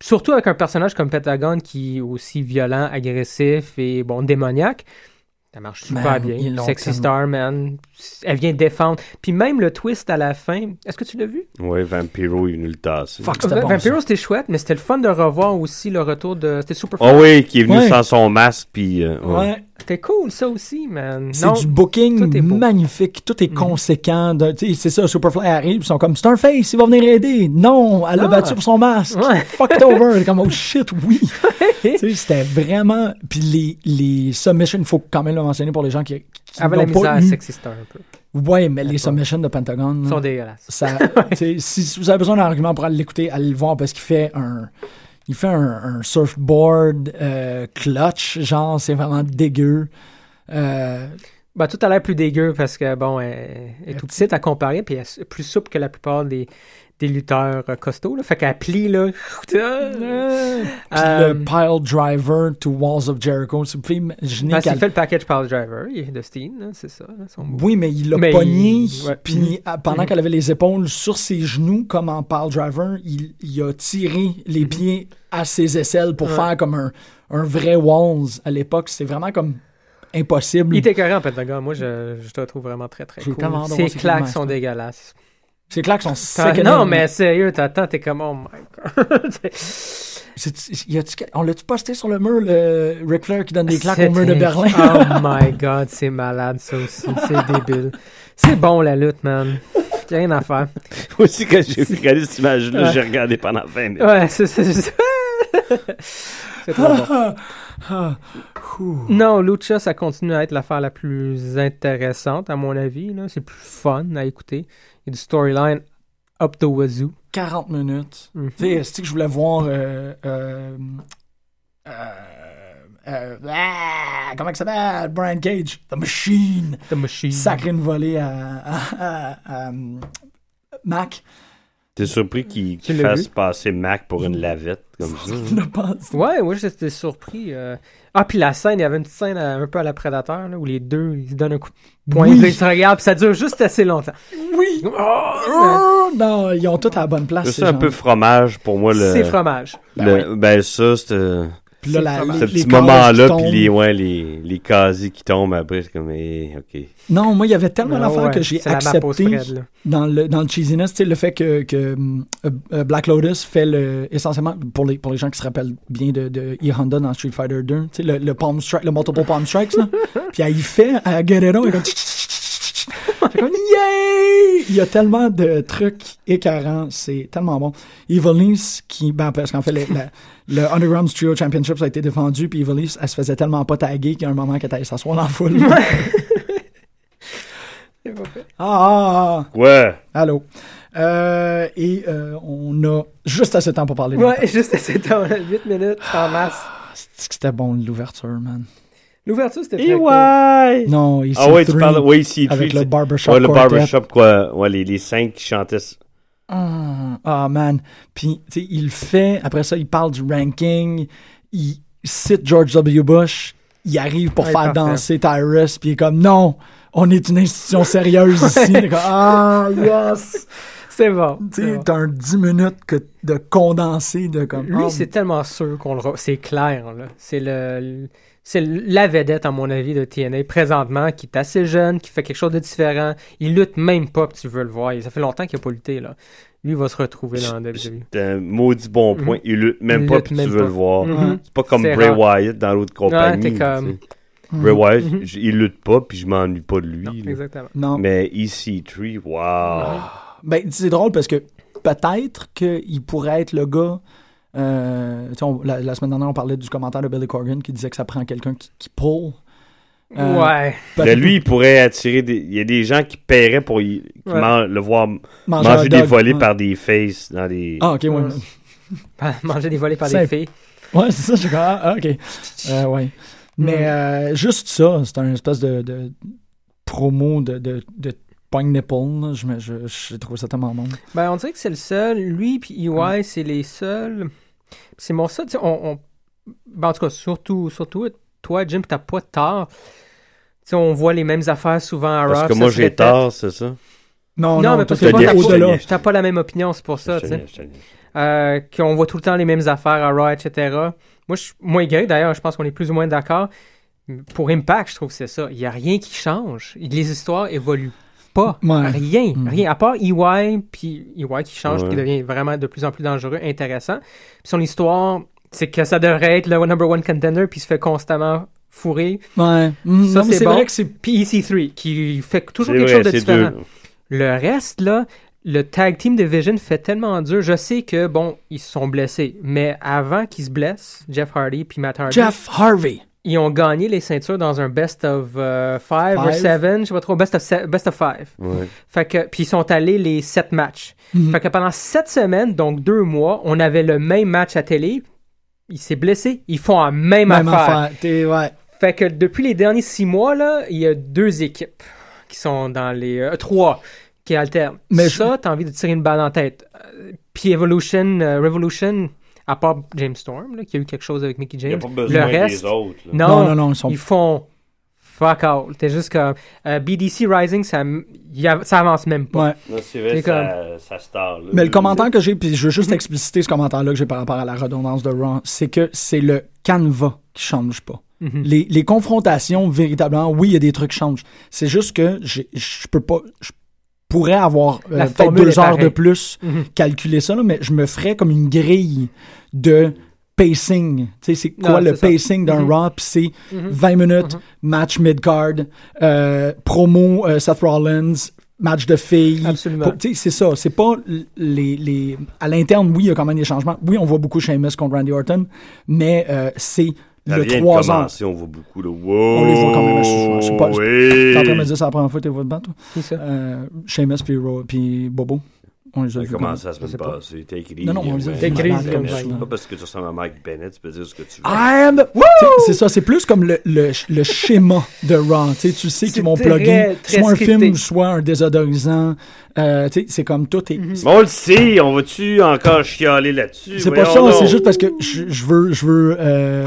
S6: Surtout avec un personnage comme Pentagon qui est aussi violent, agressif et, bon, démoniaque. Ça marche super
S5: Man, ils
S6: bien.
S5: l'ont
S6: Sexy
S5: tellement-
S6: Star, man. Elle vient défendre. Puis même le twist à la fin. Est-ce que tu l'as vu?
S7: Ouais, Vampiro, il est venu le tasser.
S5: Fuck, Ah, c'était
S6: Va-
S5: bon.
S6: Vampiro, c'était chouette, mais c'était le fun de revoir aussi le retour de. C'était super
S7: Oh oui, qui est venu
S5: Ouais.
S7: sans son masque, puis... euh,
S5: ça.
S7: ouais.
S5: Ouais.
S6: C'était cool, ça aussi, man.
S5: C'est
S6: Non,
S5: du booking
S6: tout est beau. Mm.
S5: magnifique, tout est conséquent. de- tu sais, C'est ça, Superfly arrive, ils sont comme Starface, il va venir aider. Non, elle l'a
S6: Ah.
S5: battu pour son masque.
S6: Ouais.
S5: Fuck it over. comme oh shit, oui. Tu sais, C'était vraiment. Puis les, les submissions, il faut quand même le mentionner pour les gens qui, qui
S6: avait Ah, ben, la
S5: n'ont
S6: misère
S5: pas
S6: à
S5: eu. Mm.
S6: Sexy Star un peu.
S5: Ouais, mais les submissions de Pentagon.
S6: Ils sont
S5: là,
S6: dégueulasses.
S5: ça- tu sais, si, si vous avez besoin d'un argument pour aller l'écouter, allez le voir parce qu'il fait un. Il fait un, un surfboard euh, clutch, genre, c'est vraiment dégueu. Euh,
S6: Ben, tout a l'air plus dégueu parce que, bon, elle, elle est tout petite à comparer, puis elle est plus souple que la plupart des, des lutteurs euh, costauds. Là. Fait qu'elle plie, là.
S5: Puis
S6: Euh,
S5: le pile driver to Walls of Jericho, tu peux imaginer
S6: parce
S5: qu'elle-
S6: qu'il fait le package Power Driver il est de Steen, là, c'est ça. là, son mot.
S5: Oui, mais il l'a
S6: Mais
S5: pogné,
S6: il- ouais.
S5: puis à- pendant
S6: Mhm.
S5: qu'elle avait les épaules sur ses genoux, comme en pile driver, il, il a tiré les pieds à ses aisselles pour
S6: Mhm. Ouais.
S5: faire comme un, un vrai Walls à l'époque. C'est vraiment comme impossible.
S6: Il était carré en Pentagon. Moi, je, je te trouve vraiment très, très
S5: Hmm. J'ai
S6: cool.
S5: tellement hâte de
S6: Ses
S5: voir ces films,
S6: claques
S5: hein,
S6: sont
S5: ça.
S6: dégueulasses.
S5: C'est clair qu'ils sont
S6: T'as-
S5: second
S6: Ah, Non,
S5: hand.
S6: mais sérieux, t'attends, t'es comme, oh my god.
S5: C'est- y a-tu- on l'a-tu posté sur le mur, le Ric Flair qui donne des claques
S6: C'est
S5: au mur de
S6: un-
S5: Berlin?
S6: oh my god, c'est malade, ça aussi. C'est débile. C'est bon, la lutte, man. Y'a rien à faire.
S7: Moi aussi, quand j'ai regardé cette image-là, j'ai regardé pendant 20 minutes.
S6: Ouais, c'est c'est- c'est- c'est trop bon.
S5: Ah,
S6: Non, Lucha, ça continue à être l'affaire la plus intéressante, à mon avis. là. C'est plus fun à écouter. Il y a du storyline up the wazoo.
S5: 40 minutes.
S6: Mhm.
S5: Tu sais, c'est que je voulais voir. euh, euh, euh, euh, ah, comment il s'appelle? Brian Cage, The Machine.
S6: The Machine.
S5: Sacré une volée à, à- à- à, euh, Mac.
S7: T'es surpris qu'il qu'il
S6: Tu l'as
S7: fasse
S6: vu?
S7: passer Mac pour une lavette, comme ça.
S5: Je pense.
S6: Ouais, moi j'étais surpris. euh. Ah, puis la scène, il y avait une petite scène à- un peu à la Prédateur, là, où les deux, ils se donnent un coup de poing,
S5: Oui.
S6: puis là, ils se regardent, puis ça dure juste assez longtemps.
S5: Oui!
S6: Oh,
S5: Oh, non, ils ont tout à la bonne place.
S7: Mm. C'est
S5: ces
S7: ça, un
S5: gens-là.
S7: peu fromage pour moi. Le,
S6: C'est fromage.
S7: le- Ben ça, c'est, euh,
S5: Puis là, la-
S7: ce
S5: les- les
S7: petit
S5: cordes qui
S7: moment-là, puis
S5: tombent.
S7: les, ouais, les, les casiers qui tombent après, c'est comme, eh, OK.
S5: Non, moi, il y avait tellement
S6: Ah
S5: d'affaires
S6: ouais,
S5: que j'ai
S6: c'est la map au
S5: accepté.
S6: spread, là.
S5: dans le, dans le cheesiness, tu sais, le fait que, que, hum, euh, euh, Black Lotus fait le, essentiellement, pour les, pour les gens qui se rappellent bien de, de E-Honda dans Street Fighter 2, tu sais, le, le palm strike, le multiple palm strikes, là. Puis elle y fait, à Guerrero, elle est comme, J'étais comme, yay! Il y a tellement de trucs écœurants, c'est tellement bon. Evilise, qui, ben, parce qu'en fait, le, la- le Underground Studio Championship, ça a été défendu, puis Evilise, elle se faisait tellement pas taguer qu'il y a un moment qu'elle allait s'asseoir dans la foule. ah, ah, ah.
S7: Ouais.
S5: Allô. Euh, et euh, on a juste assez de temps pour parler. de
S6: Ouais, juste assez tard, 8 minutes, en masse.
S5: Ah, c'est que c'était bon l'ouverture, man.
S6: L'ouverture, c'était très cool.
S7: EY!
S5: Non, ici.
S7: Ah ouais, tu parles, ouais, ici,
S5: Avec le barbershop.
S7: Ouais, le
S5: quartet.
S7: barbershop, quoi. Ouais, les, les cinq qui chantaient. s-
S5: Ah, ah, man. Puis, tu sais, il fait, après ça, il parle du ranking, il cite George W. Bush, il arrive pour
S6: Ouais,
S5: faire
S6: parfait.
S5: danser Tyrus, puis il est comme, non, on est une institution sérieuse ici. Il est comme, ah, yes!
S6: C'est bon.
S5: Tu
S6: c'est
S5: sais,
S6: bon.
S5: t'as un 10 minutes que de condensé de comme.
S6: Lui,
S5: ah,
S6: c'est tellement sûr qu'on le. re- C'est clair, là. C'est le. le- C'est la vedette, à mon avis, de TNA présentement, qui est assez jeune, qui fait quelque chose de différent. Il lutte même pas, puis tu veux le voir. Il- Ça fait longtemps qu'il a pas lutté, là. Lui, il va se retrouver dans la E. WWE.
S7: C'est un euh, maudit bon
S5: Mhm.
S7: point. Il lutte même
S6: Il
S7: pas,
S6: lutte
S7: puis tu
S6: même
S7: veux
S6: pas.
S7: le voir.
S6: Mhm.
S7: C'est pas comme
S6: C'est
S7: Bray
S6: rare.
S7: Wyatt dans l'autre compagnie.
S6: t'es comme-
S7: tu sais.
S5: Mhm.
S7: Bray Wyatt, j- il lutte pas, puis je m'ennuie pas de lui.
S6: Non,
S7: là.
S6: exactement.
S5: non.
S7: Mais EC3, wow!
S5: Ben, c'est drôle parce que peut-être qu'il pourrait être le gars. euh, tu sais, on- la, la semaine dernière, on parlait du commentaire de Billy Corgan qui disait que ça prend quelqu'un qui, qui pull. Euh,
S6: ouais.
S5: peut-être
S7: Mais Ben, lui, il pourrait attirer des. Il y a des gens qui paieraient pour y- qui
S6: Ouais.
S7: man- le voir m-
S5: manger un
S7: manger des
S5: dog,
S7: volets
S5: ouais.
S7: par des faces dans des.
S5: Ah, ok, ouais.
S6: Ouais. Manger des volets par des
S5: Simple.
S6: filles.
S5: Ouais, c'est ça, je suis comme, ah, ok. Euh, ouais.
S6: Hmm.
S5: Mais euh, juste ça, c'est un espèce de, de promo de, de, de Pong Nipple. là. Je me- je- J'ai trouvé ça tellement bon.
S6: Ben, on dirait que c'est le seul. Lui puis EY, c'est les seuls. C'est mon seul. tu sais, On, on- ben, en tout cas, surtout, surtout toi, Jim, t'as pas tort. Tu sais, on voit les mêmes affaires souvent à
S7: Parce
S6: Ruff,
S7: que
S6: ça
S7: moi,
S6: se
S7: j'ai
S6: répète.
S7: tort, c'est ça?
S5: Non,
S6: Non,
S5: Oh non,
S6: mais
S5: mais
S6: parce
S7: que
S5: c'est
S7: moi,
S5: pas
S7: t'as-
S5: au-delà.
S7: Yes.
S6: T'as pas la même opinion, c'est pour ça, tu
S7: Je te
S6: sais.
S7: niaise, je te niaise.
S6: Euh, qu'on voit tout le temps les mêmes affaires à Raw, etc. Moi, je, moi et Gary, d'ailleurs, je pense qu'on est plus ou moins d'accord. Pour Impact, je trouve que c'est ça. Il n'y a rien qui change. Les histoires évoluent pas.
S5: Ouais.
S6: Rien.
S5: Mm.
S6: Rien. À part EY, puis EY qui change,
S7: Ouais.
S6: qui devient vraiment de plus en plus dangereux, intéressant. Puis son histoire, c'est que ça devrait être le number one contender, puis il se fait constamment fourrer.
S5: Ouais. Mm,
S6: Ça,
S5: non, mais
S6: c'est
S5: c'est
S6: bon.
S5: vrai que c'est.
S6: Puis EC3, qui fait toujours
S7: C'est
S6: quelque
S7: vrai,
S6: chose de
S7: c'est
S6: différent.
S7: deux.
S6: Le reste, là, le tag team division fait tellement dur. Je sais que, bon, ils se sont blessés, mais avant qu'ils se blessent, Jeff Hardy puis Matt Hardy,
S5: Jeff Harvey.
S6: ils ont gagné les ceintures dans un best of euh, five,
S5: Five.
S6: or seven, je sais pas trop, best of, se- best of five.
S7: Ouais.
S6: Fait que, puis ils sont allés les sept matchs. Fait que pendant sept semaines, donc deux mois, on avait le même match à télé. Il s'est blessé. Ils font la même,
S5: Même
S6: affaire.
S5: affaire. T'es- ouais.
S6: Fait que depuis les derniers six mois, là, il y a deux équipes qui sont dans les. euh, trois qui alternent.
S5: Mais
S6: ça, t'as envie de tirer une balle en tête. Euh, Puis Evolution, euh, Revolution, à part James Storm, là, qui a eu quelque chose avec Mickey
S7: Il n'y a
S6: James,
S7: pas
S6: le
S7: besoin
S6: reste.
S7: des autres. là.
S6: Non,
S5: Non, non, non, ils sont.
S6: ils font fuck all. T'es juste comme. euh, BDC Rising, ça, m- y av- ça avance même pas.
S5: Ouais.
S7: Non, c'est vrai,
S6: C'est
S7: ça, ça star. Là.
S5: Mais le commentaire que j'ai, puis je veux juste expliciter ce commentaire-là que j'ai par rapport à la redondance de Raw, c'est que c'est le canevas qui change pas.
S6: Mhm.
S5: les, les confrontations, véritablement, oui, il y a des trucs qui changent. C'est juste que j'ai- je peux pas. Je pourrais avoir euh,
S6: La
S5: peut-être
S6: formule
S5: deux
S6: est
S5: heures de
S6: pareille.
S5: plus
S6: Mhm.
S5: calculer ça, là, mais je me ferais comme une grille de pacing. Tu sais, c'est quoi
S6: Non,
S5: le
S6: c'est ça.
S5: pacing d'un
S6: Mhm.
S5: Raw? Puis c'est 20 minutes, match mid-card, euh, promo euh, Seth Rollins, match de filles.
S6: Absolument.
S5: Pour- tu sais, c'est ça. C'est pas l- les, les. À l'interne, oui, il y a quand même des changements. Oui, on voit beaucoup Sheamus contre Randy Orton, mais euh, c'est
S7: Ça
S5: le
S7: vient de
S5: 3 ans.
S7: commencer, On voit beaucoup le wow.
S5: On les voit quand même assez souvent. Je sais pas, T'es en train de me
S7: Oui.
S5: dire c'est la première fois que t'es votre band, toi?
S6: Qui ça?
S5: Euh, Seamus puis, Ro- puis Bobo. On les a
S7: Ça a
S5: vus.
S7: commencé la
S6: sais
S7: semaine
S6: pas.
S7: passée. T'as écrit. euh,
S5: Non, non, on les a
S7: ouais.
S5: vus.
S6: T'as écrit,
S7: Mike
S6: c'est comme
S7: Bennett.
S6: ça.
S7: Pas parce que tu ressembles à Mike Bennett, tu peux dire ce que tu veux.
S5: I am the- Tu sais, C'est ça, c'est plus comme le, le, le schéma de Raw. Tu sais, tu sais
S6: C'est
S5: qu'ils vont
S6: très,
S5: plugger
S6: très
S5: soit un
S6: scripté.
S5: film, soit un désodorisant. Euh, tu sais, c'est comme tout.
S6: Mm-hmm.
S5: est-
S7: Mais on le sait, on va-tu encore chialer là-dessus?
S5: C'est pas ça,
S7: Voyons
S5: c'est
S7: donc. Ah!
S5: juste parce que je, je veux, je veux euh,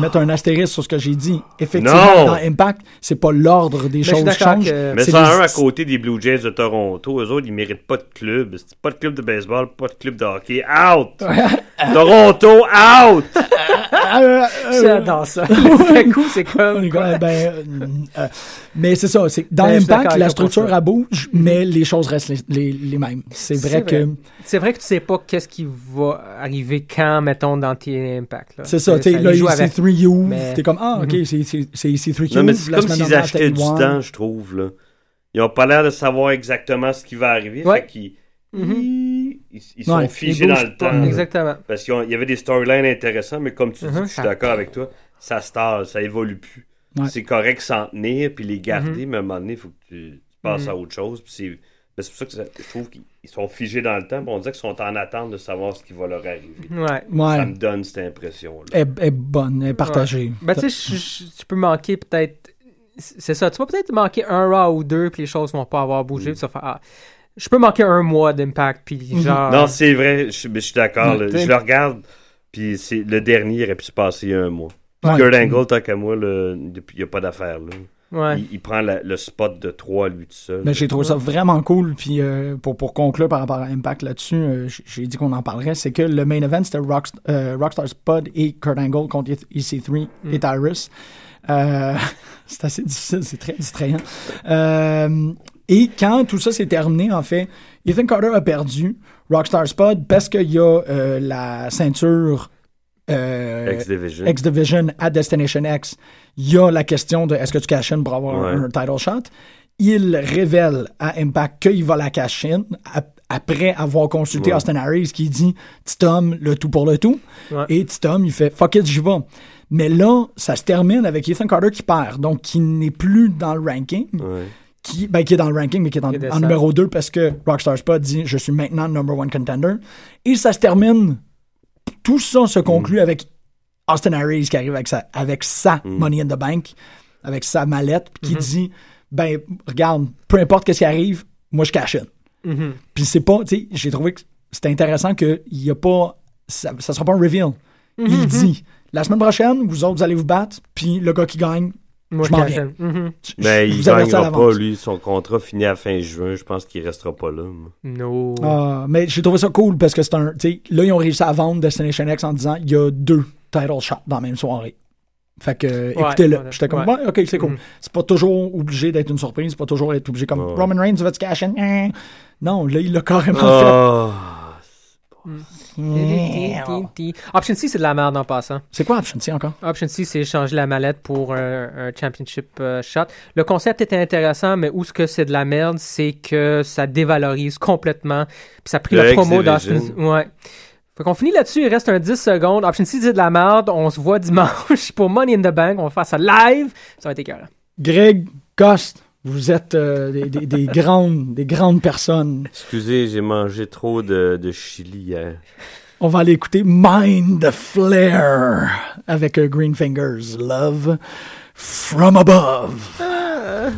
S5: mettre un astérisque sur ce que j'ai dit. Effectivement,
S7: Non.
S5: dans Impact, c'est pas l'ordre des
S6: Mais Ben, je suis
S5: choses qui
S6: d'accord
S5: change.
S6: que-
S7: Mais
S5: Euh, c'est
S7: ça un
S5: les-
S7: à côté des Blue Jays de Toronto, eux autres, ils méritent pas de club. C'est Pas de club de baseball, pas de club de hockey. Out! Toronto, out!
S6: J'adore ça. Le coup, c'est
S5: On
S6: comme.
S5: est comme, ben, euh, euh, mais c'est ça, c'est que dans
S6: Ben, je suis d'accord
S5: Impact,
S6: avec
S5: la
S6: toi pour
S5: structure
S6: ça. Mm-hmm.
S5: à bouge, mais les choses restent les, les- les mêmes. C'est vrai, que
S6: C'est vrai que tu sais pas qu'est-ce qui va arriver quand, mettons, dans tes impacts. là.
S5: c'est ça, tu sais, là,
S6: Euh, les joue avec.
S5: ici 3 you
S6: Mais- Mhm.
S5: t'es comme, ah, ok, c'est- c'est c'est ici 3 you
S7: Non, mais c'est comme s'ils achetaient du temps, je trouve. Là. Ils ont pas l'air de savoir exactement ce qui va arriver.
S6: Ouais.
S7: Fait qu'ils
S6: Mhm.
S7: ils, ils sont
S5: Ouais,
S7: figés
S6: Ils
S7: dans
S6: bougent
S7: le
S6: pas.
S7: temps. là.
S6: Exactement.
S7: Parce qu'il y avait des storylines intéressantes, mais comme tu dis,
S6: Mhm,
S7: je suis
S6: ça-
S7: d'accord avec toi, ça stall, ça évolue plus.
S5: Ouais. Mhm.
S7: C'est correct s'en tenir, puis les garder, mais à un moment donné, il faut que tu, tu passes à autre chose. Puis c'est mais c'est pour ça que ça- je trouve qu'ils sont figés dans le temps, puis on dirait qu'ils sont en attente de savoir ce qui va leur arriver.
S6: Ouais.
S7: Ça
S5: Ouais,
S7: me donne cette impression-là.
S5: est, est bonne, est partagée.
S6: Ben, tu sais, je- je- tu peux manquer peut-être. C'est ça. Tu vas peut-être manquer un raw ou deux, puis les choses vont pas avoir
S5: Mm.
S6: bougé. puis tu vas faire, ah, je peux manquer un mois d'impact,
S5: Mm-hmm.
S6: puis
S5: ben,
S6: genre.
S7: Non, c'est vrai, je, mais je suis d'accord. là. je le regarde, puis c'est le dernier il aurait pu se passer un mois. Puis
S5: Ouais.
S7: Kurt Angle, tant qu'à moi, là, depuis- il n'y a pas d'affaire. là.
S6: Ouais.
S7: Il, il prend la- le spot de 3 lui tout seul.
S5: Mais Ben, j'ai trouvé ça vraiment cool. Puis euh, pour, pour conclure par rapport à Impact là-dessus, euh, j- j'ai dit qu'on en parlerait. C'est que le main event, c'était Rockst- euh, Rockstar Spud et Kurt Angle contre EC3 et Tyrus. Euh, c'est assez difficile, c'est très distrayant. Euh, et quand tout ça s'est terminé, en fait, Ethan Carter a perdu Rockstar Spud parce qu'il y a euh, la ceinture euh,
S7: X-Division.
S5: X Division à Destination X, il y a la question de est-ce que tu cash in pour avoir
S7: Ouais.
S5: un title shot. Il révèle à Impact qu'il va la cash in ap- après avoir consulté Austin Harris qui dit Titom, le tout pour le tout.
S6: Ouais.
S5: Et Titom, il fait fuck it, j'y vais. Mais là, ça se termine avec Ethan Carter qui perd, donc qui n'est plus dans le ranking.
S7: Ouais.
S5: Qui, ben, qui est dans le ranking, mais qui est en,
S6: Qui descend.
S5: en numéro 2 parce que Rockstar Spot dit Je suis
S7: Mm.
S5: maintenant number one contender. Et ça se termine. Tout ça se conclut avec Austin Harris qui arrive avec sa, avec sa Money in the Bank, avec sa mallette, puis qui dit Ben, regarde, peu importe ce qui arrive, moi je cash in. Puis c'est pas, tu sais, j'ai trouvé que c'était intéressant qu'il n'y a pas, ça, ça sera pas un reveal. Il dit La semaine prochaine, vous autres, vous allez vous battre, puis le gars qui gagne,
S6: Moi,
S5: je m'en
S6: cache-
S5: viens.
S6: Mhm.
S5: Je-
S7: Mais
S5: je
S7: Ben, il
S5: vous avertis à
S7: gagnera pas,
S5: l'avance.
S7: lui. Son contrat finit à fin juin. Je pense qu'il restera pas là. moi.
S6: No.
S5: Ah, mais j'ai trouvé ça cool parce que c'est un. tu sais, Là, ils ont réussi à vendre Destination X en disant il y a deux title shots dans la même soirée. Fait que, écoutez-le.
S6: voilà.
S5: J'étais comme,
S6: Ouais.
S5: Ouais, ok, c'est cool.
S6: Mhm.
S5: C'est pas toujours obligé d'être une surprise, c'est pas toujours être obligé comme
S7: Ouais.
S5: Roman Reigns va te cash in? Hein? Non, là, il l'a carrément
S7: Ah,
S5: fait. Yeah.
S6: Option C, c'est de la merde en passant.
S5: C'est quoi Option C encore
S6: Option C, c'est changer la mallette pour un, un championship euh, shot. Le concept était intéressant, mais où ce que c'est de la merde, c'est que ça dévalorise complètement. Puis ça a pris
S7: Le
S6: le
S7: X
S6: promo dans
S7: Division.
S6: Ouais. Fait qu'on finit là-dessus, il reste un 10 secondes. Option C, c'est de la merde. On se voit dimanche pour Money in the Bank. On va faire ça live. Ça va être écœurant.
S5: Greg, Cost, vous êtes euh, des, des- des grandes, des grandes personnes.
S7: excusez, j'ai mangé trop de, de chili hier.
S5: On va aller écouter Mind the Flare avec euh, Green Fingers Love from Above.